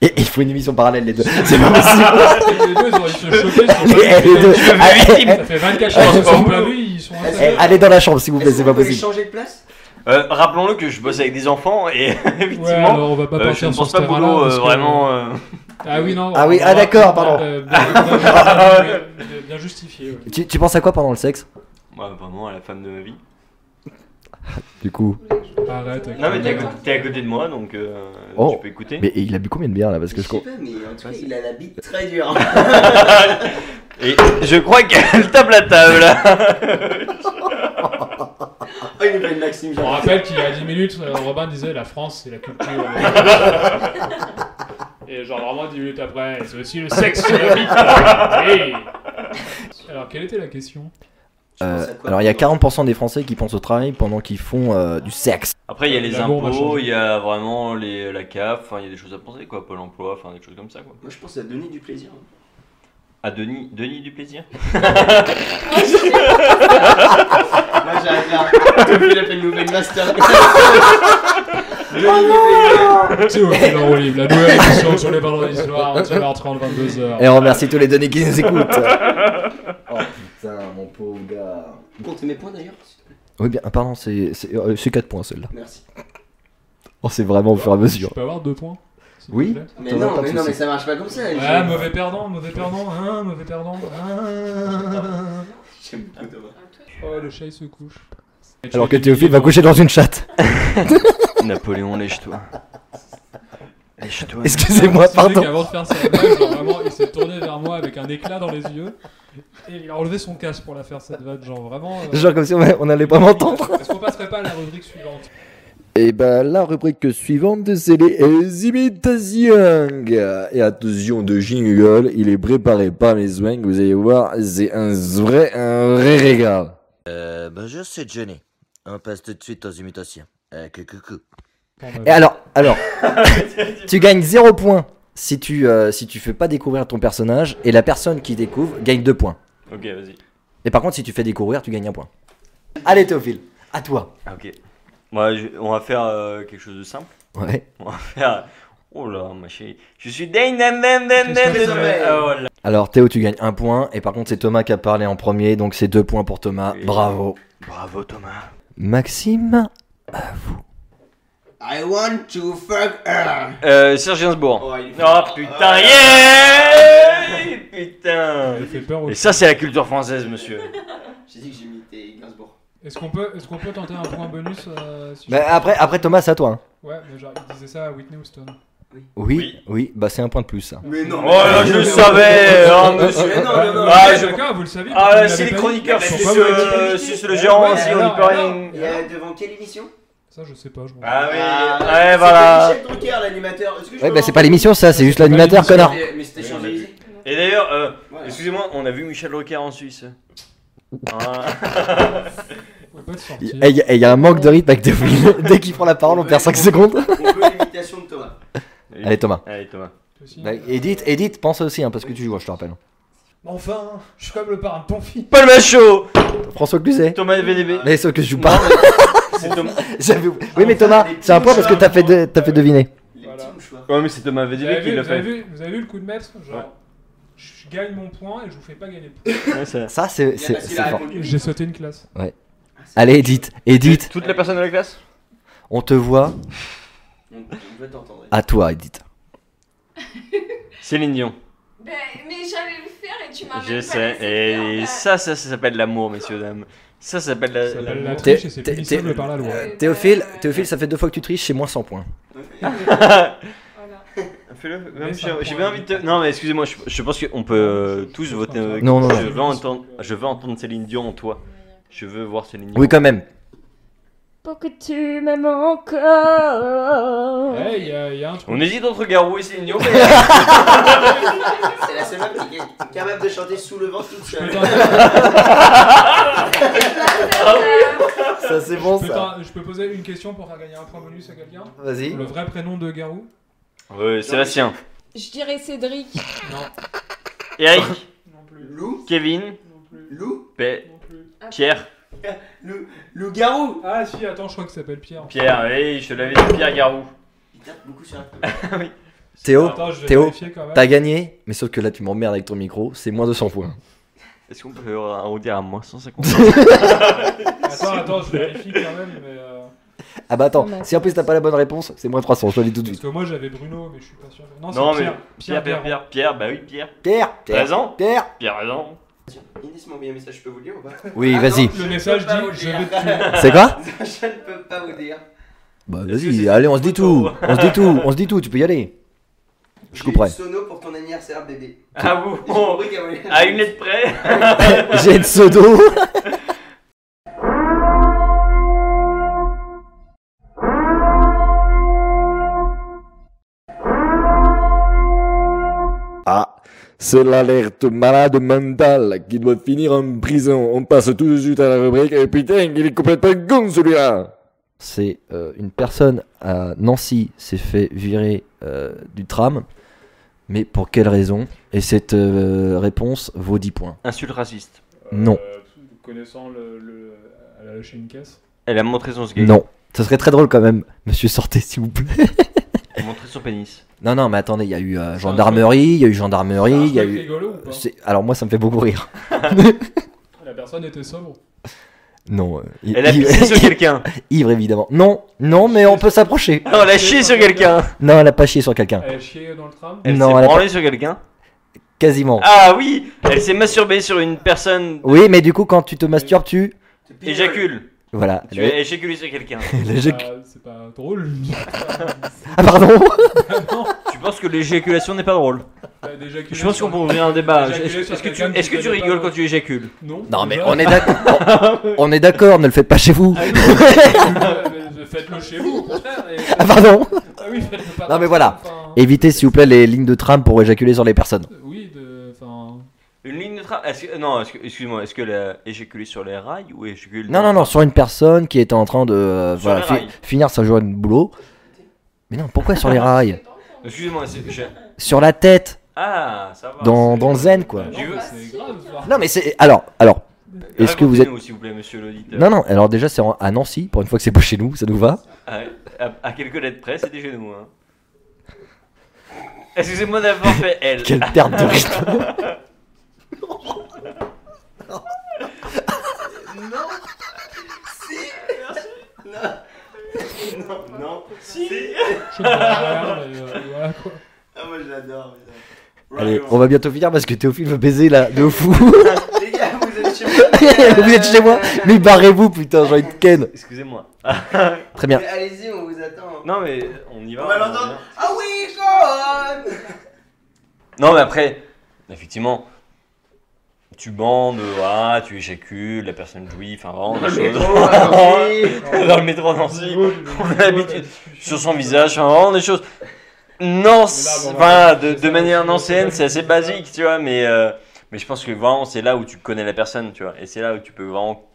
Speaker 2: Et il faut une émission parallèle, les <laughs> deux. C'est pas possible.
Speaker 3: Les deux, ils ont réussi à se choper. ils sont
Speaker 2: Les- les
Speaker 3: pas vus.
Speaker 2: deux.
Speaker 5: victime.
Speaker 2: Allez,
Speaker 3: Ça fait 24 heures,
Speaker 2: Eh,
Speaker 3: ils sont
Speaker 5: eh,
Speaker 3: pas vus, ils sont
Speaker 4: eh,
Speaker 2: eh,
Speaker 3: installés.
Speaker 2: allez dans la chambre, s'il vous plaît,
Speaker 4: Est-ce
Speaker 2: c'est
Speaker 4: qu'on
Speaker 2: pas
Speaker 4: peut les
Speaker 2: possible.
Speaker 4: changer de place
Speaker 5: Euh, Rappelons-le que je bosse avec des enfants et <laughs> effectivement.
Speaker 3: Ouais, alors on va pas
Speaker 5: euh, je
Speaker 3: partir
Speaker 5: ne
Speaker 3: sur
Speaker 5: pense
Speaker 3: ce
Speaker 5: pas
Speaker 3: terrain-là,
Speaker 5: boulot, euh,
Speaker 3: parce que-
Speaker 5: vraiment. euh,
Speaker 3: Ah oui, non.
Speaker 2: Ah oui,
Speaker 3: on
Speaker 2: ah
Speaker 3: va-
Speaker 2: d'accord, pardon.
Speaker 3: Euh,
Speaker 2: <laughs>
Speaker 3: bien- bien- bien- Bien justifié, ouais.
Speaker 2: Tu, tu penses à quoi pendant le sexe
Speaker 5: Moi, vraiment, à la femme de ma vie.
Speaker 2: Du coup.
Speaker 3: Arrête, euh,
Speaker 5: Non, mais t'es à
Speaker 3: Ouais.
Speaker 5: côté- t'es à, côté de moi, donc euh,
Speaker 2: Oh.
Speaker 5: tu peux écouter.
Speaker 2: Mais il a bu combien de bières là Parce que
Speaker 4: Eh. Je
Speaker 2: je.
Speaker 4: sais
Speaker 2: crois-
Speaker 4: pas, mais en tout cas, il a la bite très dure. <laughs>
Speaker 5: Et je crois qu'elle <laughs> tape la table.
Speaker 4: Oh, il est pas une Maxime,
Speaker 3: On
Speaker 4: genre.
Speaker 3: rappelle qu'il y a 10 minutes, euh, Robin disait la France, c'est la
Speaker 5: <laughs>
Speaker 3: culture. Et genre vraiment 10 minutes après, c'est aussi le sexe sur le mythe. Hey. Alors, quelle était la question
Speaker 4: Tu penses à
Speaker 2: Euh,
Speaker 4: quoi
Speaker 2: alors il y a 40% des Français qui pensent au travail pendant qu'ils font euh, du sexe.
Speaker 5: Après, il y a les
Speaker 3: La bombe a
Speaker 5: impôts,
Speaker 3: changé.
Speaker 5: il y a vraiment les, la CAF, enfin, il y a des choses à penser, quoi. Pôle emploi, enfin, des choses comme ça, quoi.
Speaker 4: Moi, je pense à donner du plaisir.
Speaker 5: À Denis, Denis du
Speaker 3: <laughs>
Speaker 5: plaisir
Speaker 4: Moi, j'arrête là. Depuis, il a fait une nouvelle
Speaker 2: <laughs>
Speaker 4: master. Donner
Speaker 3: C'est au fil en roue libre, la nouvelle émission sur les ballons d'histoire, 21h30, 22h.
Speaker 4: Ah.
Speaker 2: Et on remercie tous les données qui nous
Speaker 4: <laughs>
Speaker 2: écoutent. oh putain, mon pauvre gars.
Speaker 4: du plaisir. Compte mes points d'ailleurs. s'il te plaît.
Speaker 2: Oui, bien, pardon, c'est 4 points celle-là.
Speaker 4: Merci.
Speaker 2: Oh, c'est vraiment au fur et à
Speaker 3: Je
Speaker 2: mesure.
Speaker 3: peux avoir deux points s'il te
Speaker 2: Oui.
Speaker 3: plaît
Speaker 4: Mais
Speaker 2: T'en as pas
Speaker 4: non,
Speaker 2: de
Speaker 4: mais non,
Speaker 2: soucis.
Speaker 4: mais ça marche pas comme ça.
Speaker 3: Ah,
Speaker 4: j'ai-
Speaker 3: mauvais perdant, mauvais perdant, hein, mauvais perdant. hein.
Speaker 4: J'aime beaucoup Thomas.
Speaker 3: Oh, le chat il se couche.
Speaker 2: Alors que Théophile va coucher dans une chatte.
Speaker 5: Napoléon, lèche-toi. Lèche-toi.
Speaker 2: Excusez-moi,
Speaker 3: Pardon.
Speaker 2: pardon.
Speaker 3: Avant de faire sa blague, genre, vraiment, il s'est tourné vers moi avec un éclat dans les yeux. Et il a enlevé son casque pour la faire cette vanne, genre vraiment. euh,
Speaker 2: Genre comme si on on allait pas
Speaker 4: <laughs>
Speaker 2: m'entendre.
Speaker 3: Est-ce qu'on passerait pas à la rubrique suivante
Speaker 2: Et ben la rubrique suivante, c'est les euh, imitations. Et attention de jingle, il est préparé par les swings, vous allez voir, c'est un vrai, un vrai régal.
Speaker 1: Euh, bonjour, c'est Johnny. On passe tout de suite aux imitations. Euh, coucou.
Speaker 3: bah,
Speaker 2: Et alors, alors, tu gagnes 0 points si tu, euh, si tu fais pas découvrir ton personnage, et la personne qui découvre gagne 2 points.
Speaker 5: Ok, vas-y.
Speaker 2: Et par contre, si tu fais découvrir, tu gagnes un point. Allez Théophile, à toi.
Speaker 5: Ok. Moi, je- on va faire euh, quelque chose de simple.
Speaker 2: Ouais.
Speaker 5: On va faire. Oh là, ma chérie. Je suis ding, ding, ding, ding,
Speaker 3: Qu'est-ce
Speaker 5: ding,
Speaker 3: que
Speaker 5: ding.
Speaker 3: ça fait
Speaker 5: Ah, voilà.
Speaker 2: Alors Théo, tu gagnes un point, et par contre, c'est Thomas qui a parlé en premier, donc c'est 2 points pour Thomas.
Speaker 5: Et-
Speaker 2: Bravo.
Speaker 5: Bravo, Thomas.
Speaker 2: Maxime,
Speaker 4: I want to fuck her.
Speaker 5: Euh, Serge Gainsbourg.
Speaker 4: Oh, il est
Speaker 5: Oh putain, yeah <laughs> Putain
Speaker 3: Ça fait peur
Speaker 5: Et
Speaker 3: aussi.
Speaker 5: ça, c'est la culture française, monsieur.
Speaker 4: J'ai dit que j'imitais Gainsbourg.
Speaker 3: Est-ce qu'on peut, est qu'on peut tenter un point bonus euh, si je-
Speaker 2: Mais Bah, après, après Thomas, c'est à toi. hein.
Speaker 3: Ouais, mais genre, il disait ça à Whitney Houston.
Speaker 2: Oui, oui,
Speaker 5: Oui.
Speaker 2: bah c'est un point de plus ça.
Speaker 4: Mais non,
Speaker 5: Oh là, je le savais
Speaker 4: <laughs>
Speaker 5: Oh, monsieur
Speaker 4: Mais non, non, non.
Speaker 5: Ah,
Speaker 3: Ouais,
Speaker 5: je-
Speaker 3: D'accord, vous le saviez.
Speaker 5: Ah,
Speaker 3: pourquoi vous
Speaker 5: là, c'est
Speaker 3: l'avez
Speaker 5: les
Speaker 3: pas
Speaker 5: chroniqueurs,
Speaker 3: dit
Speaker 5: c'est
Speaker 3: Pourquoi vous l'avez pas dit
Speaker 5: le hein, géant,
Speaker 3: Ouais,
Speaker 5: si on
Speaker 3: alors,
Speaker 5: n'y peut
Speaker 3: alors.
Speaker 5: rien.
Speaker 4: Il y a euh, devant quelle émission
Speaker 3: Ça, je sais pas, je m'en
Speaker 5: Ah oui, ouais,
Speaker 4: c'était
Speaker 5: voilà.
Speaker 4: Michel Drucker, l'animateur. Est-ce que
Speaker 2: Ouais,
Speaker 4: je peux
Speaker 2: bah c'est
Speaker 4: avoir-
Speaker 2: pas l'émission ça, c'est juste l'animateur,
Speaker 3: l'émission.
Speaker 2: connard.
Speaker 4: Mais- Mais c'était
Speaker 5: Oui,
Speaker 4: changé.
Speaker 5: on a
Speaker 4: ici.
Speaker 5: Et d'ailleurs, euh,
Speaker 4: Voilà.
Speaker 5: excusez-moi, on a vu Michel Drucker en Suisse. Ah.
Speaker 3: On peut pas te sortir.
Speaker 2: Il y, a- eh, y a un manque de rythme avec Théophile. Dès qu'il prend la parole, on perd 5 secondes.
Speaker 4: On veut l'imitation de Thomas.
Speaker 2: Allez Thomas.
Speaker 5: Allez, Thomas.
Speaker 3: Aussi.
Speaker 2: Bah, Edith, Edith, pense aussi hein, parce que tu joues, je te rappelle.
Speaker 10: Enfin, je suis comme le parrain de ton fils.
Speaker 5: Paul Machaud
Speaker 2: François Cluzet.
Speaker 5: Thomas VDB.
Speaker 2: Mais sauf que je joue pas.
Speaker 5: C'est
Speaker 2: <laughs>
Speaker 5: Thomas.
Speaker 2: J'avais- Oui, mais Thomas, c'est un point parce que t'as fait, de- t'as fait deviner.
Speaker 4: Les petits mouchoirs.
Speaker 5: Ouais, mais c'est Thomas
Speaker 3: Vous
Speaker 5: VDB
Speaker 3: avez,
Speaker 5: qui
Speaker 3: vu,
Speaker 5: l'a
Speaker 3: vous, avez
Speaker 5: fait.
Speaker 3: vu, vous avez vu le coup de maître Genre,
Speaker 5: Ouais.
Speaker 3: je gagne mon point et je vous fais pas gagner le point.
Speaker 5: Ouais, c'est-
Speaker 2: Ça, c'est
Speaker 4: Il bah, a
Speaker 2: c'est-
Speaker 4: facile
Speaker 2: c'est
Speaker 4: à
Speaker 2: fort.
Speaker 4: répondre.
Speaker 3: J'ai sauté une classe.
Speaker 2: Allez, Edith, Edith,
Speaker 5: Toute la personne de la classe
Speaker 2: on te voit
Speaker 4: On on veut t'entendre.
Speaker 2: à toi, Edith.
Speaker 5: Céline Dion.
Speaker 9: Ben, mais j'allais le faire et tu m'as
Speaker 5: Je
Speaker 9: même pas
Speaker 5: sais.
Speaker 9: laissé le
Speaker 5: Et
Speaker 9: faire.
Speaker 5: ça, ça, ça s'appelle l'amour, messieurs, dames. Ça, ça s'appelle
Speaker 3: Ça
Speaker 5: la-
Speaker 3: s'appelle
Speaker 5: l'amour.
Speaker 3: la
Speaker 2: T'es-
Speaker 3: triche et c'est
Speaker 2: t'es-
Speaker 3: punissable
Speaker 2: t'es-
Speaker 3: par la loi.
Speaker 9: euh,
Speaker 2: Théophile, Théophile, ça fait deux fois que tu triches, c'est moins 100 points.
Speaker 9: ben, Voilà.
Speaker 5: Fais-le.
Speaker 3: Mais
Speaker 5: Même
Speaker 3: ça
Speaker 5: j'ai- J'ai
Speaker 3: prend
Speaker 5: bien
Speaker 3: un
Speaker 5: envie de. te-
Speaker 3: minute.
Speaker 5: Non, mais excusez-moi, je, je pense qu'on peut euh, tous voter. euh,
Speaker 2: Non, non,
Speaker 5: Je
Speaker 2: non.
Speaker 5: veux entendre, je veux entendre Céline Dion en toi. Je veux voir Céline Dion.
Speaker 2: Oui, quand même.
Speaker 9: Pour que tu m'aimes encore.
Speaker 3: Eh, il y, a- il y a un truc.
Speaker 5: On hésite entre Garou et Céline Dion. mais-
Speaker 2: <laughs>
Speaker 4: C'est la seule meuf qui est capable de chanter sous le vent toute
Speaker 3: Je peux
Speaker 5: <laughs>
Speaker 3: t'en-
Speaker 4: seule.
Speaker 5: Ah
Speaker 2: Ça, c'est bon,
Speaker 3: je peux t'en- je peux poser une question pour faire gagner un point bonus à quelqu'un
Speaker 2: Vas-y.
Speaker 3: Le vrai prénom de Garou
Speaker 5: Ouais, Sébastien.
Speaker 9: Je dirais Cédric.
Speaker 3: Non.
Speaker 5: Eric,
Speaker 3: Non plus.
Speaker 4: Lou
Speaker 5: Kevin,
Speaker 4: Lou
Speaker 5: Pe-
Speaker 3: Non plus.
Speaker 5: Pierre.
Speaker 4: Lou Lou Garou
Speaker 3: Ah si, attends, je crois qu'il s'appelle Pierre.
Speaker 5: Pierre, oui, je te l'avais dit, Pierre Garou.
Speaker 4: Il tape beaucoup sur la table.
Speaker 2: Théo,
Speaker 3: Attends, je vais
Speaker 2: Théo,
Speaker 3: vérifier quand même.
Speaker 2: t'as gagné, mais sauf que là, tu m'emmerdes avec ton micro, c'est moins 200 points.
Speaker 5: Est-ce qu'on peut arrondir à
Speaker 2: <laughs>
Speaker 5: moins 150
Speaker 3: Attends, attends, je vérifie quand même. Mais, euh,
Speaker 2: Ah bah attends,
Speaker 9: Non, mais-
Speaker 2: si en plus t'as pas la bonne réponse, c'est moins 300, je te le dis tout de
Speaker 3: Parce
Speaker 2: suite.
Speaker 3: que moi j'avais Bruno, mais je suis pas sûr. Non,
Speaker 5: Non,
Speaker 3: c'est
Speaker 5: mais-
Speaker 3: Pierre.
Speaker 5: Pierre, Pierre,
Speaker 3: Garou.
Speaker 5: Pierre, Pierre, bah oui, Pierre.
Speaker 2: Pierre, Pierre,
Speaker 5: Raison
Speaker 2: Pierre.
Speaker 5: Pierre, raison.
Speaker 4: Inès m'a envoyé un message, je peux vous le lire ou pas <laughs>
Speaker 2: Oui,
Speaker 4: Ah,
Speaker 2: vas-y.
Speaker 4: non.
Speaker 3: Le message
Speaker 4: Je peux pas
Speaker 3: dit
Speaker 4: vous
Speaker 3: Je
Speaker 4: dire.
Speaker 3: vais te tuer.
Speaker 2: C'est quoi
Speaker 4: Je ne peux pas vous dire.
Speaker 2: Bah
Speaker 5: Est-ce que c'est
Speaker 2: vas-y, allez, on se dit tout,
Speaker 5: photo
Speaker 2: on se dit tout, on se dit tout, tu peux y aller. Je
Speaker 4: J'ai
Speaker 2: couperai.
Speaker 4: une Sono pour ton anniversaire, bébé.
Speaker 5: Ah vous
Speaker 4: J'ai compris qu'elle voulait-
Speaker 5: À Ah, une lettre près
Speaker 2: <laughs> J'ai une pseudo. Ah, c'est l'alerte malade mentale qui doit finir en prison. On passe tout de suite à la rubrique. Et putain, il est complètement con celui-là. C'est euh, une personne à Nancy s'est fait virer euh, du tram. Mais pour quelle raison Et cette euh, réponse vaut 10 points.
Speaker 5: Insulte raciste.
Speaker 2: Non.
Speaker 3: Euh, connaissant le, le. Elle a lâché une caisse.
Speaker 5: Elle a montré son skate.
Speaker 2: Non. Ça serait très drôle quand même. Monsieur, sortez s'il vous plaît.
Speaker 5: Elle a montré son pénis.
Speaker 2: Non, non, mais attendez, il y a eu euh, gendarmerie, il y a eu gendarmerie, il y a
Speaker 3: C'est
Speaker 2: eu.
Speaker 3: rigolo ou pas
Speaker 2: c'est- Alors moi, ça me fait beaucoup rire.
Speaker 3: La personne était sobre.
Speaker 2: Non. euh, i-
Speaker 5: Elle a
Speaker 2: i-
Speaker 5: pissé sur quelqu'un.
Speaker 2: <laughs> Ivre, évidemment. Non, non, mais on peut s'approcher.
Speaker 5: Non, elle a chié sur quelqu'un.
Speaker 2: Non, elle a pas chié sur quelqu'un.
Speaker 3: Elle a chié dans le tram.
Speaker 5: Elle
Speaker 2: Non,
Speaker 5: s'est
Speaker 2: elle a
Speaker 5: branlée sur quelqu'un.
Speaker 2: Quasiment.
Speaker 5: Ah oui Elle s'est masturbée sur une personne.
Speaker 2: Oui, mais du coup, quand tu te masturbes, tu.
Speaker 5: Éjacule.
Speaker 2: Voilà.
Speaker 5: Tu as éjaculé sur quelqu'un.
Speaker 2: Elle a-
Speaker 3: C'est pas- Bah, C'est pas
Speaker 2: <laughs>
Speaker 3: drôle.
Speaker 2: Ah, pardon
Speaker 5: tu penses que l'éjaculation n'est pas drôle
Speaker 3: T'as déjà
Speaker 5: Je
Speaker 3: culé
Speaker 5: pense
Speaker 3: Bah, sur-
Speaker 5: qu'on peut ouvrir un débat.
Speaker 3: Éjaculer
Speaker 5: Est-ce
Speaker 3: sur
Speaker 5: est-ce que tu,
Speaker 3: quelqu'un que
Speaker 5: est-ce que
Speaker 3: tu
Speaker 5: tu
Speaker 3: connais
Speaker 5: rigoles
Speaker 3: pas.
Speaker 5: quand tu éjacules
Speaker 3: Non, Bah,
Speaker 2: Non, mais
Speaker 3: déjà.
Speaker 2: on est d'accord.
Speaker 5: <laughs>
Speaker 2: On est d'accord, ne le faites pas chez vous.
Speaker 3: ah
Speaker 5: Ah.
Speaker 3: Mais Faites-le chez vous, au contraire. et-
Speaker 2: Ah, pardon
Speaker 3: Ah oui, faites-le pas.
Speaker 2: Non, mais voilà.
Speaker 3: Enfin,
Speaker 2: Évitez, s'il vous plaît, les lignes de tram pour éjaculer sur les personnes.
Speaker 3: Oui, de. Enfin.
Speaker 5: Une ligne de train est-ce que- Non, est-ce que- excuse-moi, est-ce que la éjaculée sur les rails ou éjaculée
Speaker 2: Non, non, non, sur une personne qui était en train de euh,
Speaker 5: Sur
Speaker 2: voilà,
Speaker 5: les
Speaker 2: fi-
Speaker 5: rails.
Speaker 2: finir sa journée de boulot. Mais non, pourquoi sur les rails
Speaker 5: Excuse-moi, c'est. je-
Speaker 2: Sur la tête,
Speaker 5: Ah, ça va.
Speaker 2: dans, dans le zen, quoi.
Speaker 3: bah non,
Speaker 5: Tu veux-
Speaker 3: C'est grave, ça.
Speaker 2: Non, mais c'est. Alors, alors, est-ce que vous êtes.
Speaker 5: Racontez-nous, s'il vous plaît, monsieur l'auditeur.
Speaker 2: Non, non, alors déjà, c'est en- à Nancy, pour une fois que c'est pas chez nous, ça nous va.
Speaker 5: À, Ah à- à quelques lettres près, c'était chez nous. Hein. Excusez-moi d'avoir fait L. Ah,
Speaker 2: Quel terme de risque
Speaker 4: Non Si Non Non, non. Si
Speaker 3: Je sais pas, mais, euh, voilà,
Speaker 5: <laughs>
Speaker 3: quoi.
Speaker 4: Ah, moi j'adore. mais non.
Speaker 2: Allez,
Speaker 4: Right
Speaker 2: on va bientôt finir parce que Théophile veut baiser là, de fou. <laughs>
Speaker 4: on. Les gars, vous êtes chez
Speaker 2: vous êtes chez moi Mais barrez-vous, putain, j'ai envie de ken.
Speaker 5: Excusez-moi.
Speaker 2: Très bien.
Speaker 4: Mais Allez-y, on vous attend.
Speaker 5: Non, mais euh, on y va.
Speaker 4: On va
Speaker 5: on
Speaker 4: l'entendre.
Speaker 5: revient.
Speaker 4: Ah oui, go
Speaker 5: Non, mais après, effectivement, tu bandes, ah, tu éjacules, la personne jouit, enfin vraiment des choses. <laughs> Dans le métro à Nancy, on a l'habitude. Sur son visage, enfin vraiment des choses. Non, enfin, de, de manière nancienne, c'est assez basique, tu vois, mais, euh, mais je pense que vraiment, c'est là où tu connais la personne, tu vois, et c'est là où tu peux vraiment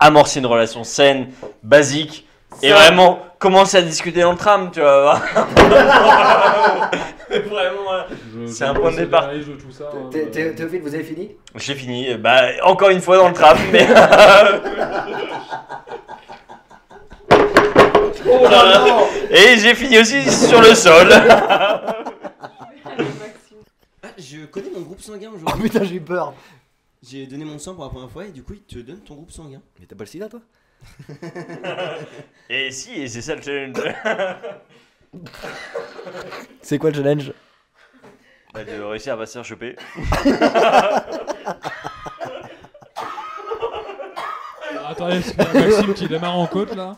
Speaker 5: amorcer une relation saine, basique, Et vraiment, commencer à discuter en tram, tu vas <laughs> voir. vraiment, euh, c'est un point de départ.
Speaker 3: hein,
Speaker 11: Thé- Thé- Théophile, vous avez fini
Speaker 5: J'ai fini, euh, bah, encore une fois dans le tram, mais. <laughs>
Speaker 11: Oh là là
Speaker 5: Et j'ai fini aussi sur le sol.
Speaker 4: Ah, je connais mon groupe sanguin aujourd'hui.
Speaker 11: Oh putain, j'ai eu peur.
Speaker 4: J'ai donné mon sang pour la première fois et du coup, il te donne ton groupe sanguin.
Speaker 11: Mais t'as pas le sida, toi
Speaker 5: et si, et c'est ça le challenge.
Speaker 2: C'est quoi le challenge
Speaker 5: Bah, de réussir à pas se faire choper.
Speaker 3: Alors, Ah, attendez, parce qu'il y a Maxime qui démarre en côte là.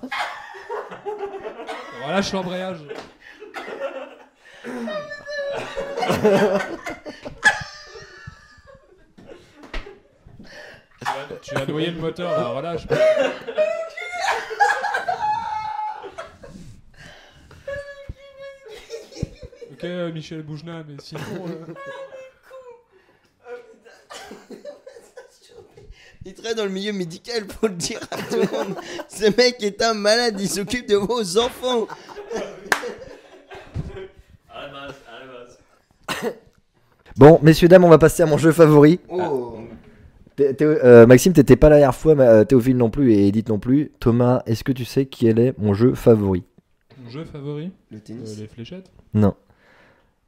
Speaker 3: Relâche l'embrayage. Tu vas- Tu vas noyer le moteur là, relâche. Ok, euh, Michel Boujna, mais sinon. euh,
Speaker 4: Il travaille dans le milieu médical pour le dire à tout le monde. <laughs> Ce mec est un malade, il s'occupe de vos enfants.
Speaker 2: Bon, messieurs, dames, on va passer à mon jeu favori.
Speaker 11: Oh
Speaker 2: Thé- Théo- euh, Maxime, t'étais pas la dernière fois, mais, euh, Théophile non plus et Edith non plus. Thomas, est-ce que tu sais quel est mon jeu favori
Speaker 3: Mon jeu favori
Speaker 4: Le
Speaker 3: tennis. les fléchettes.
Speaker 2: Non.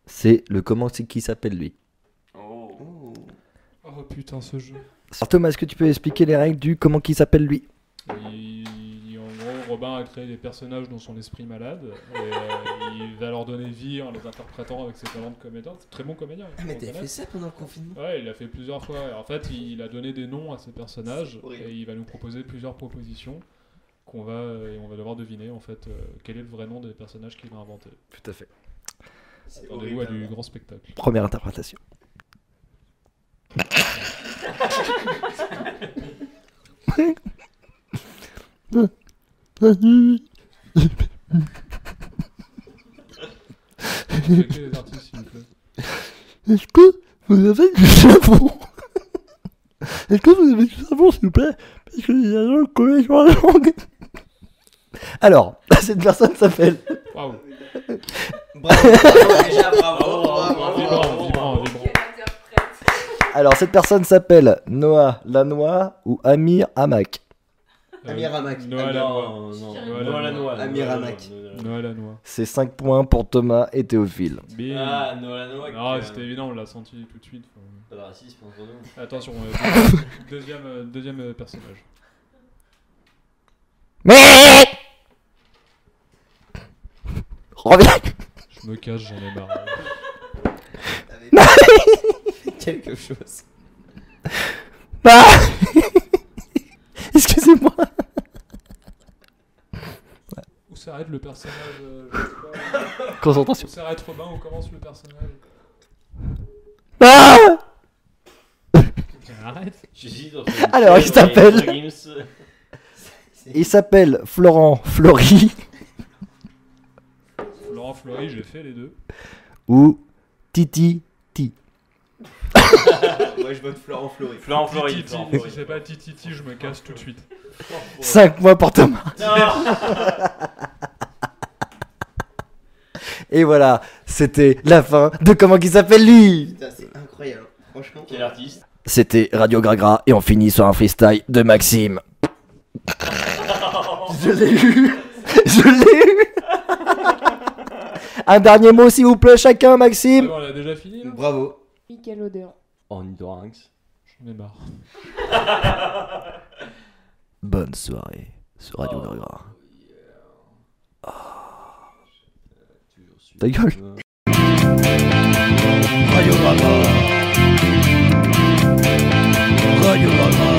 Speaker 2: C'est le comment c'est qui s'appelle lui.
Speaker 3: Oh putain, ce jeu.
Speaker 2: Alors, Thomas, est-ce que tu peux expliquer les règles du comment qui s'appelle lui
Speaker 3: Il- en gros, Robin a créé des personnages dont son esprit malade. Et, euh, il va leur donner vie en les interprétant avec ses talents de comédien. C'est très bon comédien. il faut
Speaker 4: Ah, mais t'avais
Speaker 3: reconnaître.
Speaker 4: fait ça pendant le confinement
Speaker 3: Ouais, il l'a fait plusieurs fois. Et en fait, il a donné des noms à ses personnages
Speaker 4: horrible.
Speaker 3: et il va nous proposer plusieurs propositions qu'on va et on va devoir deviner en fait euh, quel est le vrai nom des personnages qu'il a inventé.
Speaker 2: Tout à fait.
Speaker 3: Attendez-vous à du grand spectacle.
Speaker 2: Première interprétation.
Speaker 3: Checkez les artistes, s'il vous plaît.
Speaker 12: Est-ce que vous avez du savon <laughs> Est-ce que vous avez du savon, s'il vous plaît Parce que j'ai un autre collé sur la langue. <laughs>
Speaker 2: Alors, cette personne s'appelle.
Speaker 3: Waouh.
Speaker 4: Bravo, Oh, déjà,
Speaker 3: Bravo,
Speaker 4: Ah,
Speaker 3: bravo, vibrant, vibrant, vibrant.
Speaker 2: Alors, cette personne s'appelle Noah Lanois ou Amir Hamak.
Speaker 4: Amir Hamak.
Speaker 3: Noël Hanois.
Speaker 5: non, non,
Speaker 3: Euh, Noël
Speaker 5: Noël
Speaker 3: Hanois.
Speaker 5: Hanois,
Speaker 4: Amir
Speaker 5: Noël
Speaker 4: Hamak.
Speaker 5: Hanois.
Speaker 3: Noël Hanois.
Speaker 2: C'est 5 points pour Thomas et Théophile.
Speaker 3: Bim.
Speaker 5: Ah, Noël Hanois.
Speaker 3: Ah,
Speaker 5: qui est
Speaker 3: c'était évident, on l'a senti tout de suite.
Speaker 5: un- pas raciste entre nous.
Speaker 3: Attention,
Speaker 5: <laughs>
Speaker 3: euh, deuxième, euh, deuxième euh, personnage.
Speaker 12: <laughs> Reviens
Speaker 3: Je me cache, j'en ai marre.
Speaker 4: Quelque chose.
Speaker 12: Bah <laughs> Excusez-moi
Speaker 3: Où s'arrête le personnage euh, je sais pas.
Speaker 12: Concentration.
Speaker 3: Où s'arrête Robin, où commence le personnage
Speaker 12: Ah
Speaker 3: Arrête
Speaker 5: J'hésite entre
Speaker 2: Alors, il
Speaker 5: Michel et
Speaker 2: s'appelle-
Speaker 5: Mr. Gims.
Speaker 2: Il s'appelle Florent Flory
Speaker 3: Laurent Fleury, j'ai fait les deux.
Speaker 2: ou Titi Ti.
Speaker 4: Moi, je vote Florent Fleury.
Speaker 5: Florent Fleury.
Speaker 3: Titi,
Speaker 5: Florent
Speaker 3: si
Speaker 5: Fleury.
Speaker 3: c'est pas Titi, Titi, je me casse tout de suite.
Speaker 2: 5 points pour Thomas. Et voilà, c'était la fin de comment qui s'appelle lui.
Speaker 4: Putain, c'est incroyable. Franchement.
Speaker 5: Quel artiste
Speaker 2: C'était Radio Gragra et on finit sur un freestyle de Maxime. <laughs> Je l'ai eu Je l'ai eu Un dernier mot s'il vous plaît chacun
Speaker 3: Ah
Speaker 2: Maxime
Speaker 3: bon, on a déjà fini là
Speaker 4: Bravo.
Speaker 9: Quelle odeur.
Speaker 5: Ornithorinx.
Speaker 3: J'en ai marre.
Speaker 2: Bonne soirée sur Radio Gragra. Ta gueule Radio Gragra Radio Gragra